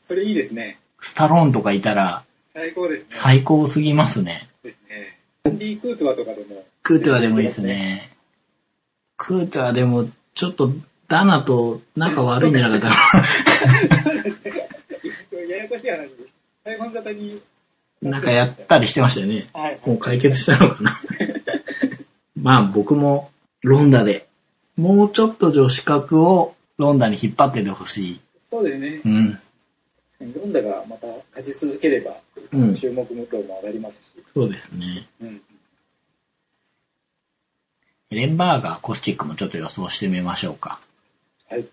それいいですね。
スタローンとかいたら
最高ですね。
最高すぎますね。
ですね。アンディ・クートワとかでも。
クートはでもいいですね。クートはでも、ちょっとダナと仲悪いんじゃなかったか
ややこしい話です。裁判沙汰に。
な。なんかやったりしてましたよね。
はい。
もう解決したのかな。 まあ僕もロンダで、もうちょっと女子格をロンダに引っ張っててほしい。
そうですね
う。ん。
ロンダがまた勝ち続ければ、
うん。
注目度も上がりますし。
そうですね。
うん。
レンバーガー、コスチックもちょっと予想してみましょうか。
はい。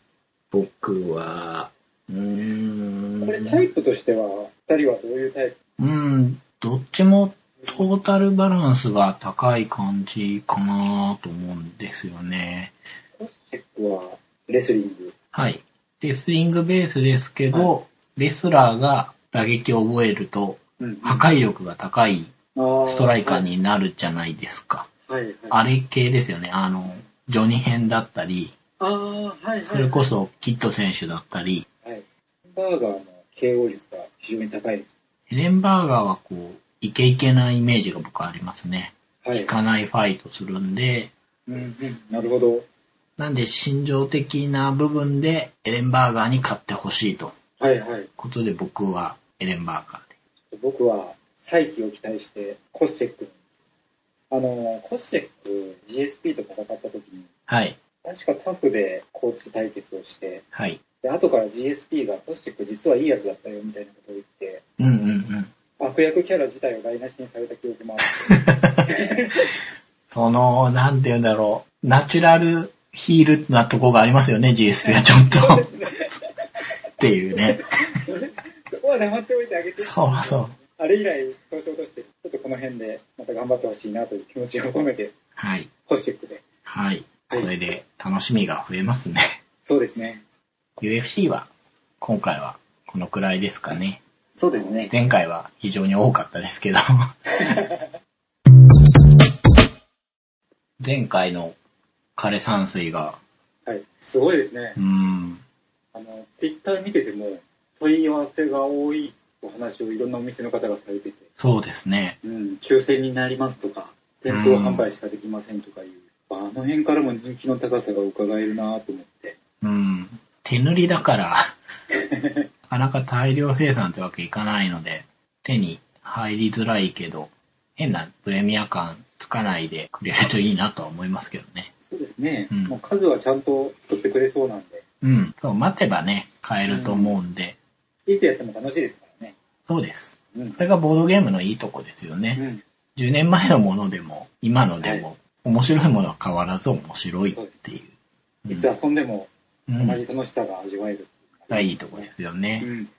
僕は、うーん。
これタイプとしては、二人はどういうタイプ
うん、どっちもトータルバランスが高い感じかなと思うんですよね。
コスチェックは、レスリング。
はい。レスリングベースですけど、レスラーが打撃を覚えると
うん
破壊力が高いス
ス
トライカー。になるじゃないですか。
はいはい。
あれ系ですよね。あの、ジョニ編だったり、
あー、はいはい。
それこそキッド選手だったり、
はい。バーガーの KO 率が非常に高いで
ヘレンバーガーはこう、イケイケなイメージが僕はありますね。
す。はい
効。かないファイトするんで、
うんうん。なるほど。
なんで心情的な部分でエレンバーガーに勝ってほしいという
はいはい。
ことで僕はエレンバーガーで。
僕は再起を期待して、コスチェックに。あの、コスチェック GSP と戦った時に、
はい。
確かタフでコーチ対決をして、
はい。
で、後から GSP がコスチェック実はいいやつだったよみたいなことを言って、
うんうんうん。
悪役キャラ自体を台無しにされた記 憶もあって、
その、なんて言うんだろう。ナチュラルヒールなとこがありますよね、GSP はちょっと。っていうね。
それそこは黙っておいてあげて。
そうそう。
あれ以来、調子を落として、ちょっとこの辺でまた頑張ってほしいなという気持ちを込めて、
はい。
コスチェックで。
はい。こ
はい
れで楽しみが増えますね。
そうですね。
UFC は今回はこのくらいですかね。
そうですね。
前回は非常に多かったですけど。前回の枯山水が、
はい。すごいですね
う。ん、
あの、ツイッター見てても、問い合わせが多いお話をいろんなお店の方がされてて、
そうですね。
うん、抽選になりますとか、店頭販売しかできませんとかいう、あの辺からも人気の高さが伺えるなと思って。
うん、手塗りだから、 なかなか大量生産ってわけいかないので、手に入りづらいけど、変なプレミア感つかないでくれるといいなとは思いますけどね。
そうですね。
うん
もう数はちゃんと作ってくれそうなんで、
うん、そう、待てばね、買えると思うんで、
いつやっても楽しいですからね。
そうです。
うん
そ。れがボードゲームのいいとこですよね。
うん。
10年前のものでも、今のでも、面白いものは変わらず面白いっていう。
いつ遊んでも
うん
同じ楽しさが味わえる。
がいいとこですよね。
うん。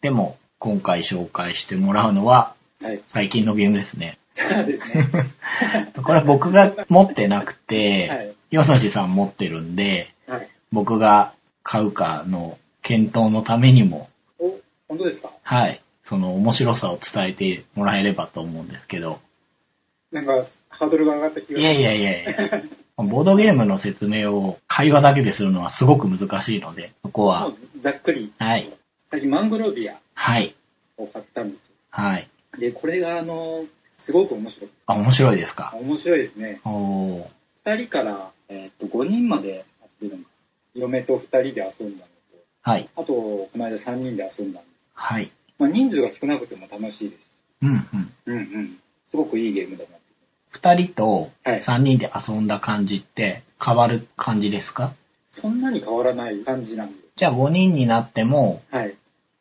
でも、今回紹介してもらうのは、
はい。
最近のゲームですね。
そうです ね。
これは僕が持ってなくて、
はい。
ヨノシさん持ってるんで、
はい。
僕が買うかの検討のためにも、
お、本当ですか
はい、その面白さを伝えてもらえればと思うんですけど、
なんか、ハードルが上がった気が
いやいやいやいや、ボードゲームの説明を会話だけでするのはすごく難しいので、そこ
も
は
う、ざっくり。
はい、
最近マングロービア
はい、
を買ったんですよ。
はい。
で、これが、あの、すごく面白い。
あ、面白いですか。
面白いですね。
おー、
二人から、えーっと、五人まで遊べるのか。嫁と二人で遊んだの
はい、
と、あと、この間三人で遊んだんです。
はい、
まあ、人数が少なくても楽しいです。
うん、うん。
うんうん。すごくいいゲームだなって。
二人と
はい
三人で遊んだ感じって変わる感じですか
そんなに変わらない感じなんで。
じゃあ5人になっても
はい。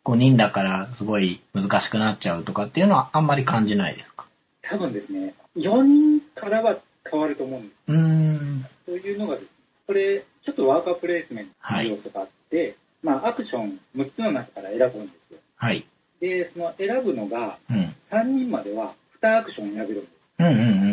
5人だからすごい難しくなっちゃうとかっていうのはあんまり感じないですか
多分ですね、4人からは変わると思うんです。
うーん。
というのがですね、これ、ちょっとワーカープレイスメントの要素があって、まあ、アクション6つの中から選ぶんですよ。
はい。
で、その選ぶのが、
うん。
3人までは2アクション選べるんです。
うんうんうん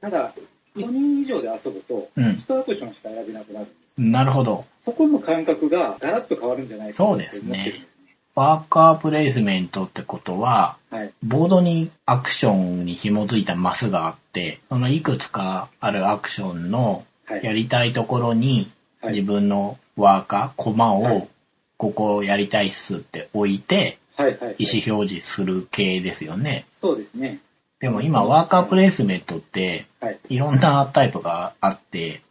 ただ、4人以上で遊ぶと、
うん。うん。
1アクションしか選べなくなるんです。
なるほど。
そこの感覚がガラッと変わるんじゃないかなって思ってるんですね。
ワーカープレイスメントってことは、
はい
ボードにアクションに紐づいたマスがあって、そのいくつかあるアクションの
はい。
やりたいところに
はい
自分のワーカー、コマ
は
を
い
ここをやりたいっすって置いて
はいはいはい。
意思表示する系ですよね。
そうですね。
でも今ワーカープレイスメントって
はい。
いろんなタイプがあって、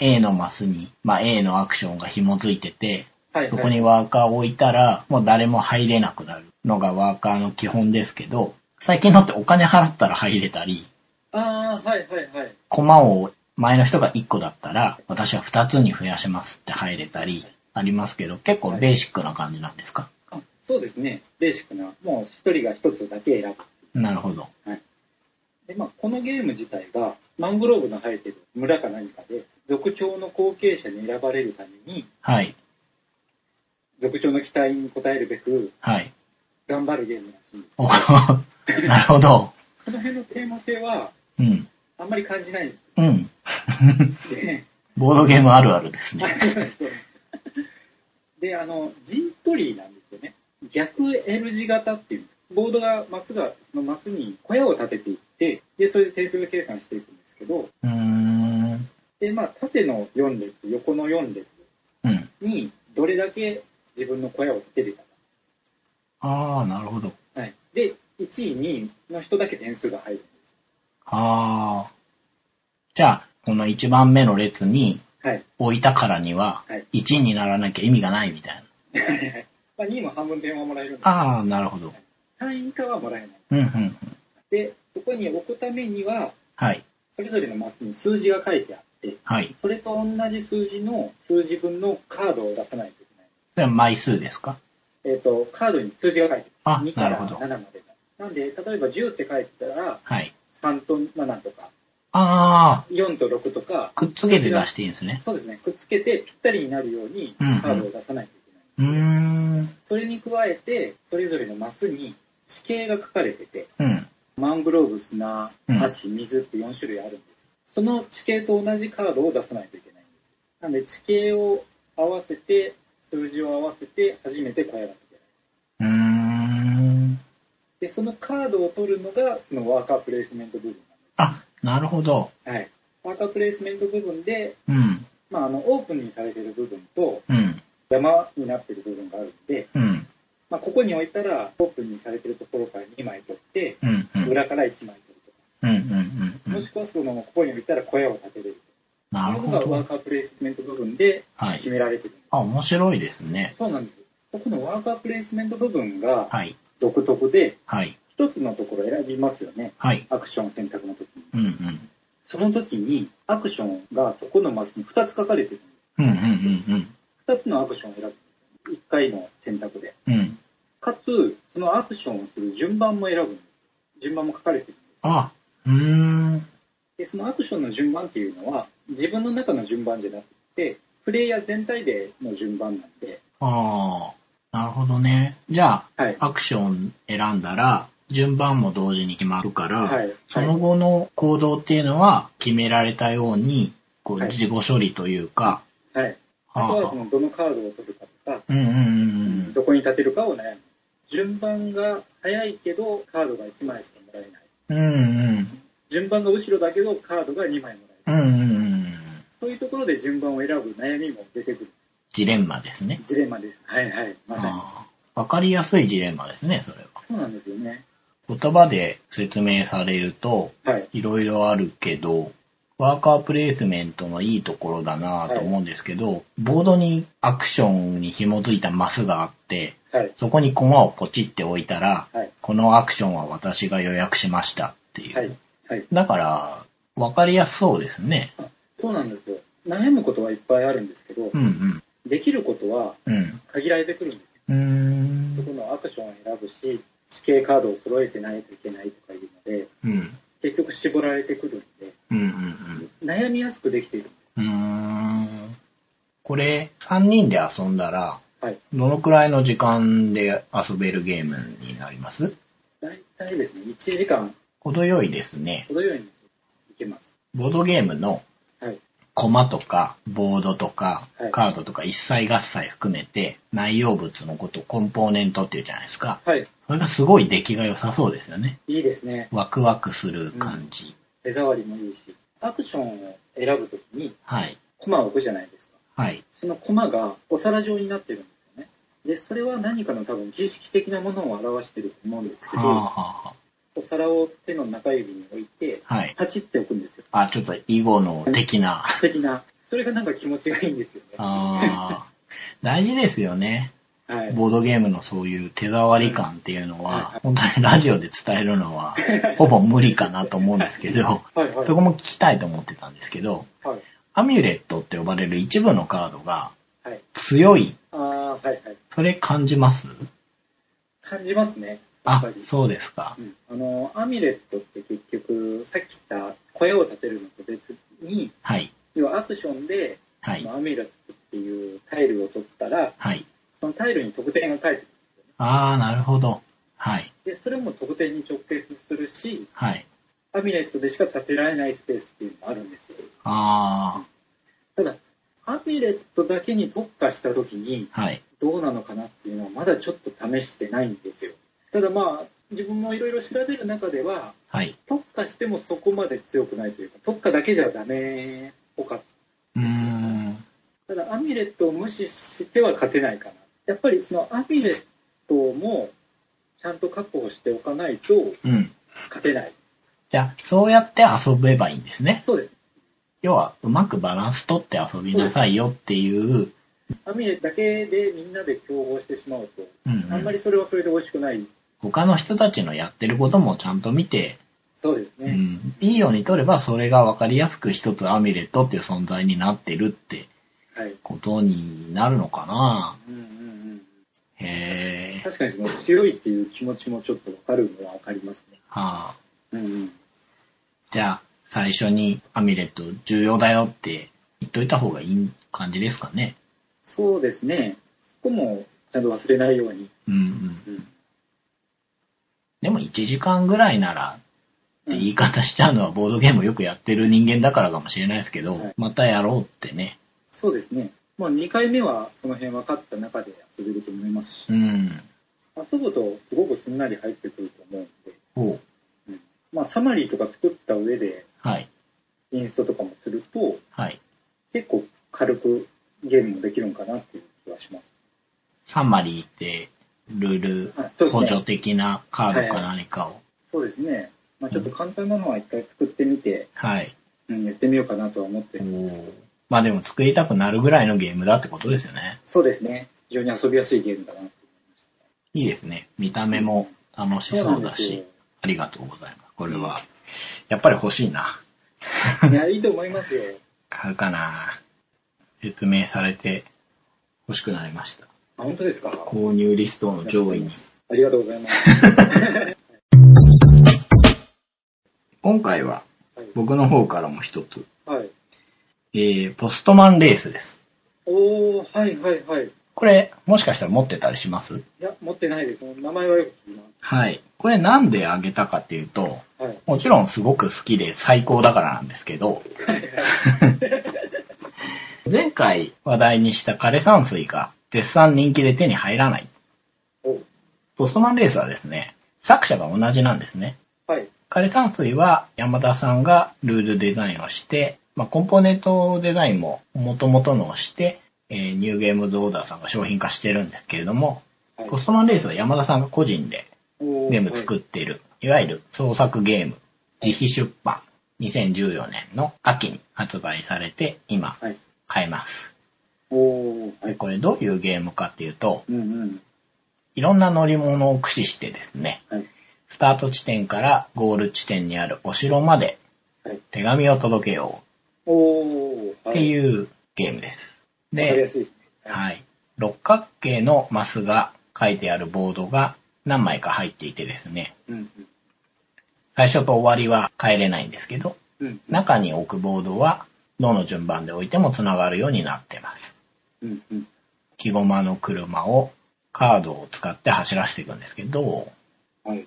A のマスに、まあ、A のアクションが紐づいてて、
はい、はい。
そこにワーカーを置いたらもう誰も入れなくなるのがワーカーの基本ですけど、最近のってお金払ったら入れたり、
ああ、はいはいはい。
コマを前の人が1個だったら、私は2つに増やしますって入れたり、ありますけど、結構ベーシックな感じなんですか、
あそうですね。ベーシックな。もう一人が一つだけ選ぶ。
なるほど。
で、まあ、このゲーム自体が、マングローブの生えてる村か何かで、族長の後継者に選ばれるために、
はい、
族長の期待に応えるべく、
はい。
頑張るゲームらしいんです。
お なるほど。
その辺のテーマ性は、
うん、
あんまり感じないんで
うん。
すよね。
ボードゲームあるあるです
あ
ね。
そうです で、あの、陣取りなんですよね。逆 L 字型っていうんです。ボードが、マスが、そのマスに小屋を立てていって、で、それで点数計算していくんですけど、
うーん、
で、まあ、縦の4列、横の4列
うん。
に、どれだけ自分の小屋を建てれた
ああ、なるほど。
か。はい。で、1位、2位の人だけ点数が入るんで
ああ。じゃあ、この1番目の列に
す。はい。
置いたからには
はい、
1にならなきゃ意味がないみたいな。
まあ、2位も半分点はもらえるんです。
ああ、なるほど。
3位以下はもらえない。
うん、うん、うん。
で、そこに置くためには、
はい、
それぞれのマスに数字が書いてあって、
はい。
それと同じ数字の数字分のカードを出さないといけない。
それは枚数ですか
えっ、と、カードに数字が書いてあ
あ
る。2、か
なる
ら
ほど。
7までだ。なんで、例えば10って書いてたら、
はい。
3と7とか、
あ
4と6とか
あ、、くっつけて出していいんですね。
そうですね、くっつけてぴったりになるように
うんうん
カードを出さないといけない。
うーん。
それに加えて、それぞれのマスに地形が書かれてて、
うん。
マングローブ、砂、
うん
箸、水って4種類あるんです。その地形と同じカードを出さないといけないんです。なんで地形を合わせて、数字を合わせて、初めて小屋が出てる。
うーん。
で、そのカードを取るのが、そのワーカープレイスメント部分なん
あ、なるほど。
です。はい。ワーカープレイスメント部分で、
うん。
まあ、あの、オープンにされてる部分と、
うん。
山になってる部分があるんで、
うん。
まあ、ここに置いたら、オープンにされてるところから2枚取って、
うん。うん。うん。
裏から1枚取るとか、
うん。うん。う
も
ん
し。くはその、ここに置いたら小屋を建てれると
な
か、
る
そういう
ほ
のがワー
ど。
カープレイスメント部分で
は
決
い。
められてる。
あ、面白いですね。
そうなんです。ここのワーカープレイスメント部分が
はい。
独特で、
はい。
一つのところ選びますよね。
はい。
アクション選択の時に。
うん。うん。
その時に、アクションがそこのマスに2つ書かれてる。
うん。うん。うん。
2つのアクションを選ぶんですよ。1回の選択で。
うん。うん。
かつ、そのアクションをする順番も選ぶんです。順番も書かれてるんです。
あ、うーん。
で、そのアクションの順番っていうのは、自分の中の順番じゃなくて、プレイヤー全体での順番なんで、
ああ、なるほどね。じゃ
はい。
あ、アクション選んだら、順番も同時に決まるから、
はい。
その後の行動っていうのは、決められたように、こう、
はい
自己処理というか、
はい。あとはその、どのカードを取るかとか、
うんうんうんうん。
どこに立てるかを悩む。順番が早いけど、カードが1枚しかもらえない。
うんうん。
順番が後ろだけど、カードが2枚もらえる。
うんうんうん。
そういうところで順番を選ぶ悩みも出てくる。
ジレンマですね。
ジレンマです。はいはい。まさに。
ああわかりやすいジレンマですね、それは。
そうなんですよね。
言葉で説明されると、
はい。
いろいろあるけど、ワーカープレイスメントのいいところだなと思うんですけど、ボードにアクションに紐づいたマスがあって、
はい。
そこにコマをポチって置いたら、
はい
このアクションは私が予約しましたっていう。
はい。はい。
だから、わかりやすそうですね。
そうなんですよ。悩むことはいっぱいあるんですけど
う、ん
できることは
うん。うん。
限られてくるんです
うーん
そこのアクションを選ぶし、地形カードを揃えてないといけないとかいうので、
うん。
結局絞られてくるんで、
うんうんうん。
悩みやすくできている。
うーんこれ、3人で遊んだら、
はい
どのくらいの時間で遊べるゲームになります
大体ですね、1時間
程よいですね。
ほどよいにいけます。
ボードゲームの
はい、
コマとか、ボードとか
はい、
カードとか一切合切含めて、内容物のことをコンポーネントっていうじゃないですか。
はい。
それがすごい出来が良さそうですよね。
いいですね。
ワクワクする感じ。
手触りもいいし、アクションを選ぶときに、
はい。
コマを置くじゃないですか。
はい。
そのコマがお皿状になってるんですよね。で、それは何かの多分儀式的なものを表してると思うんですけ
はあ、
ど、
は
お皿を手の中指に置いて、
あ、はい。
パチって置くんですよ。
あ、ちょっと囲碁の的 な。
素敵な。それがなんか気持ちがいいんですよね。
ああ。大事ですよね。
はい。
ボードゲームのそういう手触り感っていうの
はいは
は、本当にラジオで伝えるの は、ほぼ無理かなと思うんですけど、
はいはい
そ。こも聞きたいと思ってたんですけど、
はい
アミュレットって呼ばれる一部のカードが
はい
強い、
ああ、はいはい。
それ感じます
感じますね。やっ
あ
ぱり、。
そうですか。
うんあの、アミュレットって結局、さっき言った小屋を建てるのと別に、
はい、
要はアクションで、
は
そ
い、
のアミュレットっていうタイルを取ったら、
はい。
そのタイルに得点が返ってく
ああ、なるほど。はい、
る。で、それも得点に直結するし、
はい。
アミュレットでしか建てられないスペースっていうのもあるんですよ。
あ
ただ、アミュレットだけに特化した時に、
あ、はい、
どうなのかなっていうのはまだちょっと試してないんですよ。ただまあ、自分もいろいろ調べる中では、
はい。
特化してもそこまで強くないというか、特化だけじゃダメっぽかっ
うーん、
た。ただ、アミュレットを無視しては勝てないかな。やっぱりそのアミュレットもちゃんと確保しておかないと
うん。
勝てない。
じゃあ、そうやって遊べばいいんですね。
そうです。
要は、うまくバランス取って遊びなさいよっていう、
アミュレットだけでみんなで競合してしまうと、
うんうん
あんまりそれはそれで美味しくない。
他の人たちのやってることもちゃんと見て、
そうです
う
ね。
ん、いいように取ればそれが分かりやすく一つアミュレットっていう存在になってるって
はい。
ことになるのかな
うんうんうん。
へえ、
確かにその強いっていう気持ちもちょっとわかるのはわかりますね。
はあ。
うんうん。
じゃあ、最初にアミュレット重要だよって言っといた方がいい感じですかね。
そうですね。そこもちゃんと忘れないように。
うんうん。
うん。
でも1時間ぐらいならって言い方しちゃうのはボードゲームをよくやってる人間だからかもしれないですけど、
はい
またやろうってね。
そうですね。まあ2回目はその辺分かった中で遊べると思いますし、
うん。
遊ぶとすごくすんなり入ってくると思うんで、
ほう。
まあサマリーとか作った上で
はい。
インストとかもすると、
はい。
結構軽くゲームもできるんかなっていう気はします。
サマリーって、ルー
あそう
ル、
です
補
ね
助的なカードか何かを。
そうですね。まあちょっと簡単なのは一回作ってみて、
はい。
うん、やってみようかなとは思って
お
るんですけど
ーまあでも作りたくなるぐらいのゲームだってことですよね。
そうですね。非常に遊びやすいゲームだなって思いま
い
し
いですね。見た目も楽しそうだし、ありがとうございます。これは、やっぱり欲しいな。
た。いや、いいと思いますよ。
買うかな。説明されて欲しくなりました。
あ、本当ですか
購入リストの上位に。
ありがとうございます。
今今回は
はい。
僕の方からも一つ、
はい。
えー、ポストマンレースです。
おー、はいはいはい。い
これ、もしかしたら持ってたりします
や、持ってないです。名前はよく聞きま
はい。これなんであげたかっていうと、
す。はい。
もちろんすごく好きで最高だからなんですけど、 前回話題にした枯山水が絶賛人気で手に入らない
お。
ポストマンレースはですね、作者が同じなんですね。
はい。
枯山水は山田さんがルールデザインをして、まあ、コンポーネントデザインも元々のをして、えーニューゲームズオーダーさんが商品化してるんですけれども、
はい
ポストマンレースは山田さんが個人で
お
ゲーム作っている、いわゆる創作ゲーム、自費出版、2014年の秋に発売されて、今
はい、
買えます。
おー、は
で
い。
これどういうゲームかっていうと、
うんうん。
いろんな乗り物を駆使してですね、
はい
スタート地点からゴール地点にあるお城まで
はい
手紙を届けよ
おー、
う
は
って
い。
いうゲームです。
わかり
で、
やすいですね。
はい、六角形のマスが書いてあるボードが何枚か入っていてですね、
うん
最初と終わりは変えれないんですけど、
うん。うん
中に置くボードはどの順番で置いてもつながるようになってます。
うんうん。
木駒の車をカードを使って走らせていくんですけど、
はい。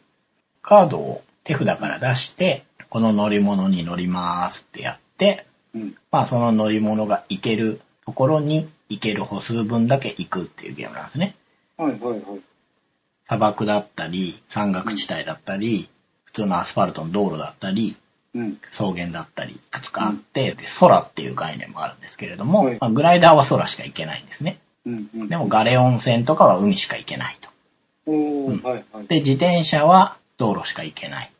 カードを手札から出して、この乗り物に乗りますってやって、
うん。
まあその乗り物が行けるところに行ける歩数分だけ行くっていうゲームなんですね。
はいはいはい。
砂漠だったり、山岳地帯だったり、普通のアスファルトの道路だったり、
うん。
草原だったり、いくつかあって、で空っていう概念もあるんですけれども、
はい
まあグライダーは空しか行けないんですね。
うんうん。
でもガレオン線とかは海しか行けないと。
おー、はいはい。
で、自転車は道路しか行けない。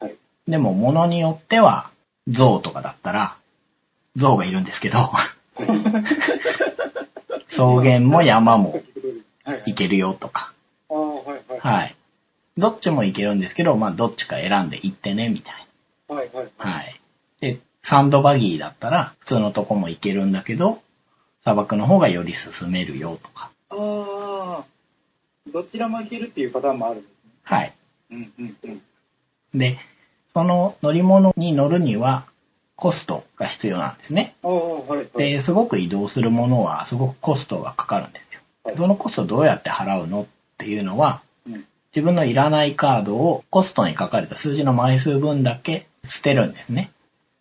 はい。
でも、物によっては、象とかだったら、象がいるんですけ ど、草原も山も
はいはい
行。けるよとか、
あー、はいはい。
はい。どっちも行けるんですけど、まあ、どっちか選んで行ってね、みたい
はいはい
な。はい。で、サンドバギーだったら、普通のとこも行けるんだけど、砂漠の方がより進めるよとか、
ああ、どちらもいけるっていうパターンもあるんですね。
はい。
うんうんうん。
で、その乗り物に乗るには、コストが必要なんですね。
ああ、はいはい。
で、すごく移動するものは、すごくコストがかかるんですよ
は。い
そのコストをどうやって払うのっていうのは
うん、
自分のいらないカードをコストに書かれた数字の枚数分だけ捨てるんですね。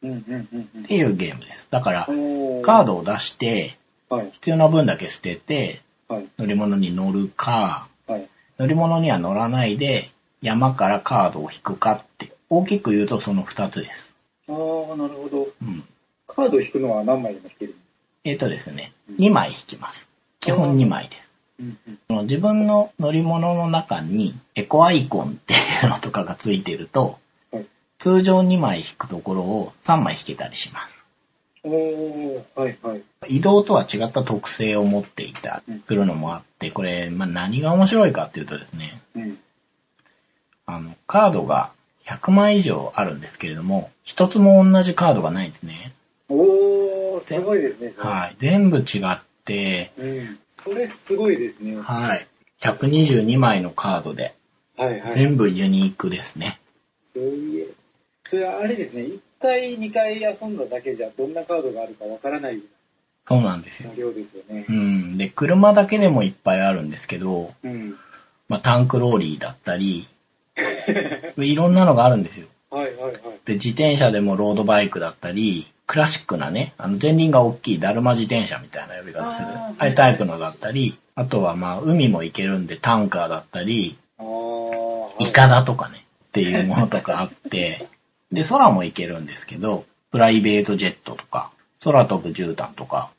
うんうんうん
っていうゲームです。だから
う、ん。
カー
ド
ドを出して、
はい
必要な分だけ捨てて、
はい
乗り物に乗るか、
はい。
乗り物には乗らないで、山からカードを引くかって、大きく言うとその2つです。
ああ、なるほど。
うん。
カード引くのは何枚でも引けるんです
えっ、とですね
うん、
2枚引きます。基本2枚です。
うんうん。
その自分の乗り物の中にエコアイコンっていうのとかがついてると
はい、
通常2枚引くところを3枚引けたりします。
おおはいはい。
移動とは違った特性を持っていたりするのもあって、これ、まあ、何が面白いかっていうとですね、
うん。
あの、カードが100枚以上あるんですけれども、一つも同じカードがないんですね。
おおすごいですね。それ
はい。全部違って、
うん。それすごいですね。は
はい。122枚のカードで、
いはい。
全部ユニークですね。
すげえ。それはあれですね、1回、2回遊んだだけじゃ、どんなカードがあるかわからないよ
そうなんです
う
よ
な。量ですよね
う。ん。で、車だけでもいっぱいあるんですけど、
うん。
まあ、タンクローリーだった り、いろんなのがあるんですよ。
はいはいはい。
で、自転車でもロードバイクだったり、クラシックなね、あの前輪が大きいダルマ自転車みたいな呼び方する、
あー
ああいうタイプのだったり、あとはまあ、海も行けるんでタンカーだったり、
ああ、はい
イカダとかね、っていうものとかあ って、で、空も行けるんですけど、プライベートジェットとか、空飛ぶ絨毯と か、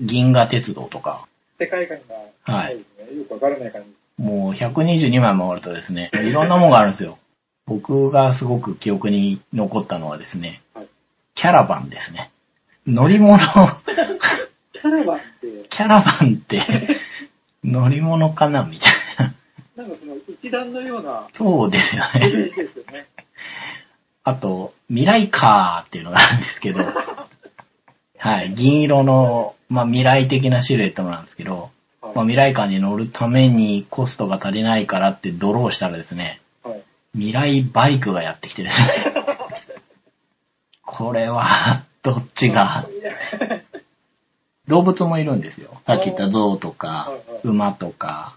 銀河鉄道とか、
世界観が、
はい
そうですね。よくわからない感じ。
もう122枚回るとですね、いろんなもんがあるんですよ。僕がすごく記憶に残ったのはですね
はい、
キャラバンですね。乗り物、
キャラバンって、
キャラバンっ て乗り物かなみたいな。
なんかその一段のような
そうですよ
イ
ね。
メージですよね。
あと、未来カーっていうのがあるんですけど、はい、銀色の、まあ、未来的なシルエットなんですけど、まあ、
は
未来カーに乗るためにコストが足りないからってドローしたらですね、
い。はい。
未来バイクがやってきてですね。 これは、どっちが。動物もいるんですよ。さっき言った象とか
はいはい、
馬とか、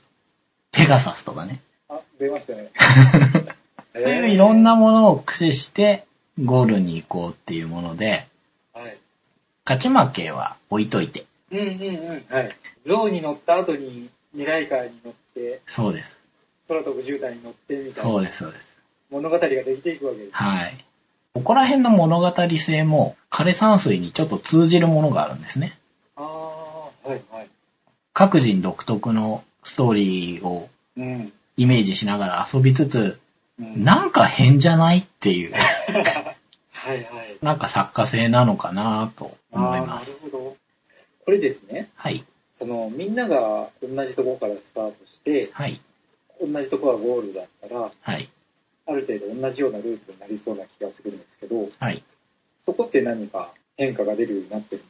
ペガサスとかね。
あ、出ましたね。
そういういろんなものを駆使して、ゴールに行こうっていうもので、
はい。
勝ち負けは置いといて。
うんうんうん。はい。象に乗った後に、未来カーに乗って、
そうです。
空飛ぶ絨毯に乗ってみたい
そう
な
です、そうです。
物語ができていくわけです。
はい。ここら辺の物語性も枯山水にちょっと通じるものがあるんですね。
ああ、はいはい。
各人独特のストーリーを
うん。
イメージしながら遊びつつ、
うん
なんか変じゃないっていう、
はいはい。
なんか作家性なのかなと思いま
あ
す。
ーなるほど。これですね、
はい、
その、みんなが同じところからスタートして、
はい、
同じところがゴールだったら、
はい、
ある程度同じようなルートになりそうな気がするんですけど、
はい。
そこって何か変化が出るようになってるん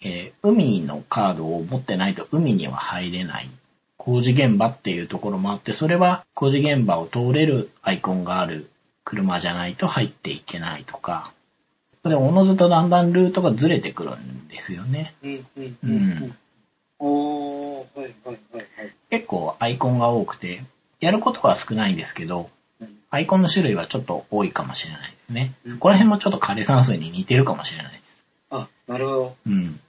で
えー海のカードを持ってないと海には入れない。工事現場っていうところもあって、それは工事現場を通れるアイコンがある車じゃないと入っていけないとか。それおのずとだんだんルートがずれてくるんですよね。
すか
う
うん
んうん。
おー、はいはいはいはい。
結構アイコンが多くて、やることは少ないんですけど、アイコンの種類はちょっと多いかもしれないですね。
うん
そこら辺もちょっと枯山水に似てるかもしれないです。
あ、なるほど。
うん。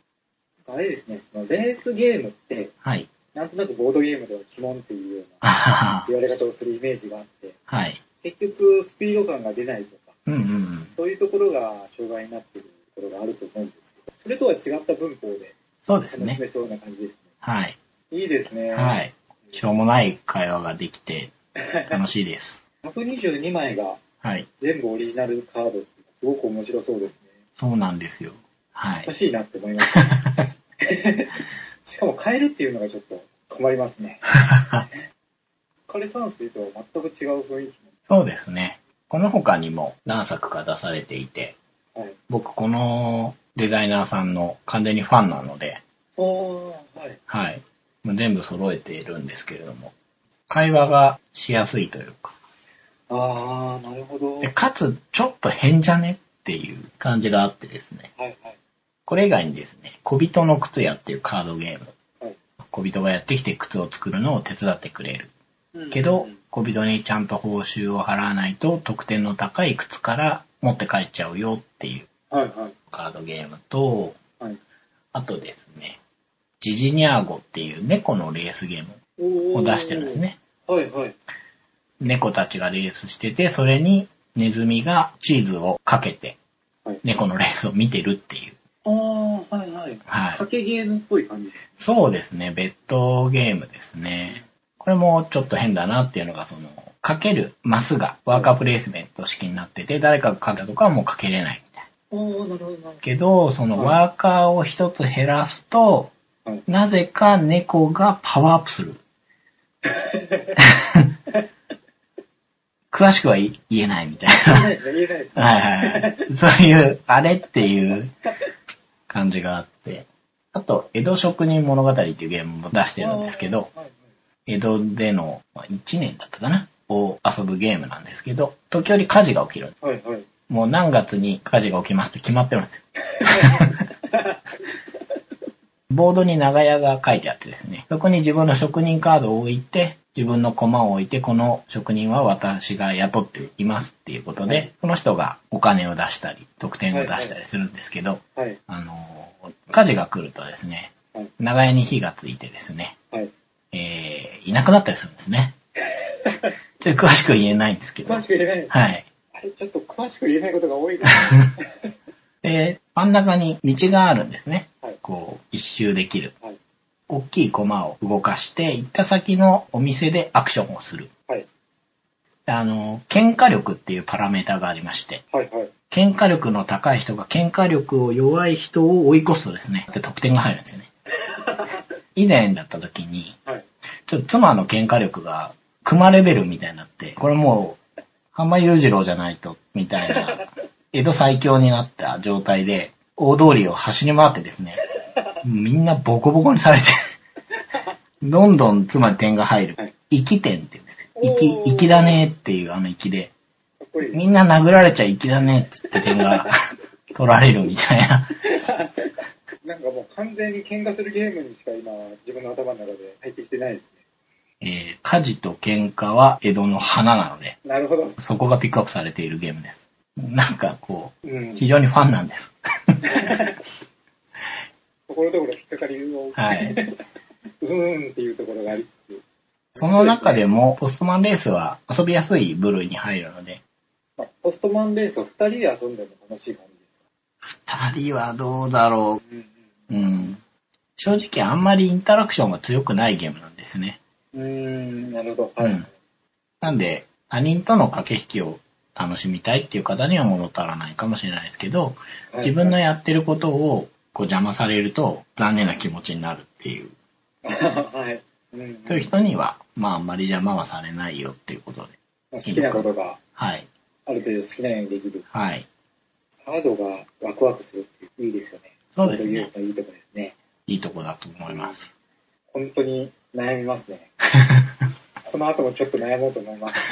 あれですね、そのレースゲームって、
はい。
なんとなくボードゲームでは鬼門っていうよう
あ
な
はは。
言われ方をするイメージがあって、
はい。
結局スピード感が出ないとか、
うんうんうん。
そういうところが障害になっているところがあると思うんですけど、それとは違った文法で
そうです
楽
ね。
しめそうな感じです
はい。
ね。いいですね。。
はいい。しょうもない会話ができて、楽しいです。
122枚が
はい。
全部オリジナルカードっていうのはすごく面白そうですね。
そうなんですよ。はい
欲。しいなって思い ました。しかも買えるっていうのがちょっと困ります ね。枯山水とは全く違う雰囲気
そうですね。この他にも何作か出されていて、
の。はい。
僕このデザイナーさんの完全にファンなので、
おー、はい。
はい。もう全部揃えているんですけれども、会話がしやすいというか、
あー、なるほど。は
で
い
かつちょっと変じゃねっていう感じがあってですね。
はい。
これ以外にですね、小人の靴屋っていうカードゲーム。
はい
小人がやってきて靴を作るのを手伝ってくれる。
うん
けど
うん、
小人にちゃんと報酬を払わないと得点の高い靴から持って帰っちゃうよっていう
はいはい。
カードゲームと、
はい
あとですね、ジジニャーゴっていう猫のレースゲーム
お
を出してるんです。ね。
はいはい。
猫たちがレースしてて、それにネズミがチーズをかけて
はい、
猫のレースを見てるっていう。
あー、はいはい。
はい。
掛けゲームっぽい感じ。
そうですね、ベッドゲームですね。これもちょっと変だなっていうのが、その、かけるマスがワーカープレイスメント式になってて、誰かがかけたとかはもうかけれないみたいな。
おー、なるほどなる
けど、そのワーカーを一つ減らすと
はい、
なぜか猫がパワーアップす る。 詳しくは言えないみたい
ほど。言えないですね、言えないですね。
な。はいはいはい。そういう、あれっていう感じがあって。あと、江戸職人物語っていうゲームも 出してるんですけど、
はいはい。
江戸での1年だったかなを遊ぶゲームなんですけど、時折火事が起きる。
はいはい。
もう何月に火事が起きますって決まってるん ですよ。ボードに長屋が書いてあってですね、そこに自分の職人カードを置いて、自分の駒を置いて、この職人は私が雇っていますっていうこと
はい
で、その人がお金を出したり、得点を出したりするんですけど、
はい
あのー、火事が来るとですね
はい、
長屋に火がついてですね、
はい。
えー、いなくなったりするんですね。ちょっと詳しく言えないんですけど
詳。しく言えないですね
はい。
あれ、ちょっと詳しく言えないことが 多いな。
で、真ん中に道があるんですね。
はい
こう、一周できる。
はい
大きい駒を動かして、行った先のお店でアクションをする。
はい。
あの、喧嘩力っていうパラメータがありまして、
はいはい。
喧嘩力の高い人が喧嘩力を弱い人を追い越すとですね、で得点が入るんですよ ね。以前だった時に、
はい。
ちょっと妻の喧嘩力が熊レベルみたいになって、これもう、浜裕次郎じゃないと、みたい な、江戸最強になった状態で、大通りを走り回ってですね、みんなボコボコにされて、どんどん妻に点が入る
はい。
生き点って言うんですよ。き、
おき
きだねーっていうあのきで、
かっこいいです。
みんな殴られちゃきだねーっつって点 が取られるみたいな。
なんかもう完全に喧嘩するゲームにしか今、自分の頭の中で入ってきてないです
えー、火事と喧嘩は江戸の花なので、
ね。なるほど。
そこがピックアップされているゲームです。なんかこ
う
う、
ん。
非常にファンなんです。
ところどころ引っかかりを、
はい。
うーんっていうところがありつつ。
その中でも、ポストマンレースは遊びやすい部類に入るので、
まあ、ポストマンレースを二人で遊んでも楽しい感じですか。
二人はどうだろ
うん
う。うん。正直あんまりインタラクションが強くないゲームなんですね。
うん。うーん、なるほど。
うん。なんで、他人との駆け引きを楽しみたいっていう方には物足らないかもしれないですけど、自分のやってることをこう邪魔されると残念な気持ちになるっていう、
はい。うんうん
そういう人には、まああんまり邪魔はされないよっていうことで。
好きなことが
はい。
ある程度好きなようにできる。
はい。
カードがワクワクするっていいですよね。
そうです
い
ね
う。のいいとこですね。
いいとこだと思います。
本当に悩みま すね。この後もちょっと悩もうと思います。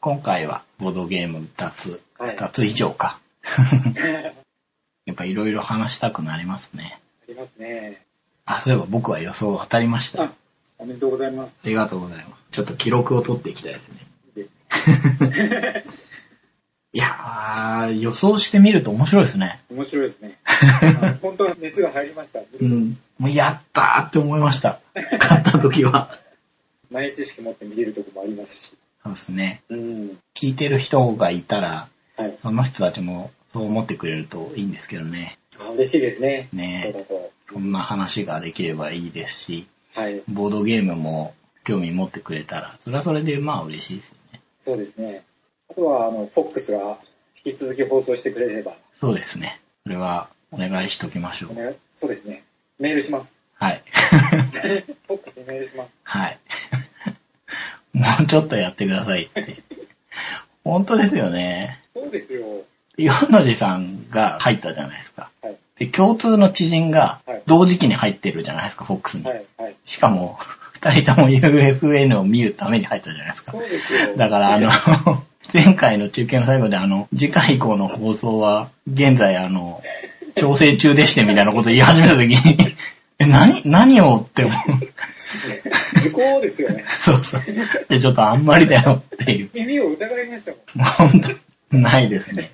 今回はボードゲーム2つ、
はい
2つ以上か。
あ
やっぱいろいろ話したくなりますね。
りますね。
あ、そういえば僕は予想当たりました。
あ
あ
おめでとうございます。
りがとうございます。ちょっと記録を取っていきたいですね。
いいですね。
いやー、予想してみると面白いですね。
面白いで すね。あの本当は熱が入りました。
うん。もうやったーって思いま した。買った時は。
前知識持って見れるとこもありますし。
そうですね。
うん。
聞いてる人がいたら、
はい。
その人たちもそう思ってくれるといいんですけどね。
あ嬉しいですね。そう
ね
だと。
そんな話ができればいいですし、
はい。
ボードゲームも興味持ってくれたら、それはそれでまあ嬉しいですよね。
そうですね。あとは、あの、フォックスが引き続き放送してくれれば、
そうですね。それはお願いしときましょう。
ねそうですね。メールします。
はい。
フォックスにメールします。
はい。 もうちょっとやってくださいって。本当ですよね。
そうですよ。
ヨの字さんが入ったじゃないですか。
はい
で、共通の知人が
はい
同時期に入ってるじゃないですか、フォックスに。
はい、はい。
しかも、 二人とも UFN を見るために入ったじゃないですか
そ。うですよ。
だから、あの、 前回の中継の最後で、あの、次回以降の放送は、現在、あの、調整中でしてみたいなこと言い始めた時に、 え、何、何をって思う。
図工ですよね。
そうそう。で、ちょっとあんまりだよっていう。
耳を疑いましたもん。
もう本当ないですね。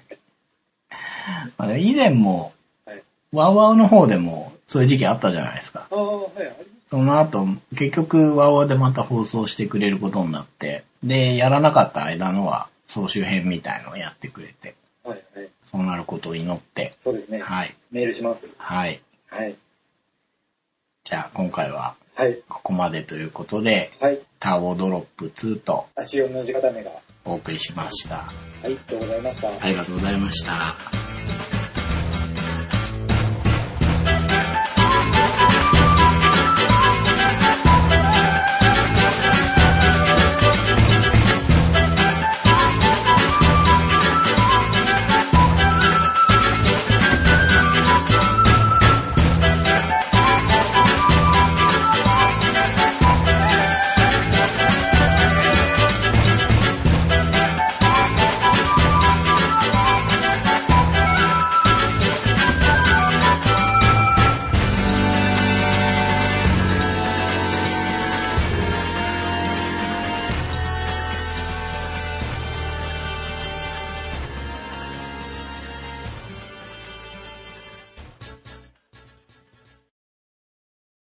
あの以前も
はい、
ワウワウの方でもそういう時期あったじゃないですか。
ああ、はい、ありま
その後、結局ワウワウでまた放送してくれることになって、で、やらなかった間のは総集編みたいのをやってくれて、
す。はい、はい。
そうなることを祈って、
そうですね。
はい、
メールします。
はい。
はい。
じゃあ今回は
はい。
ここまでということで、
はい。
ターボドロップ2と
足4の字固めが。
お送りしました。
はい、ありがとうございました。
ありがとうございました。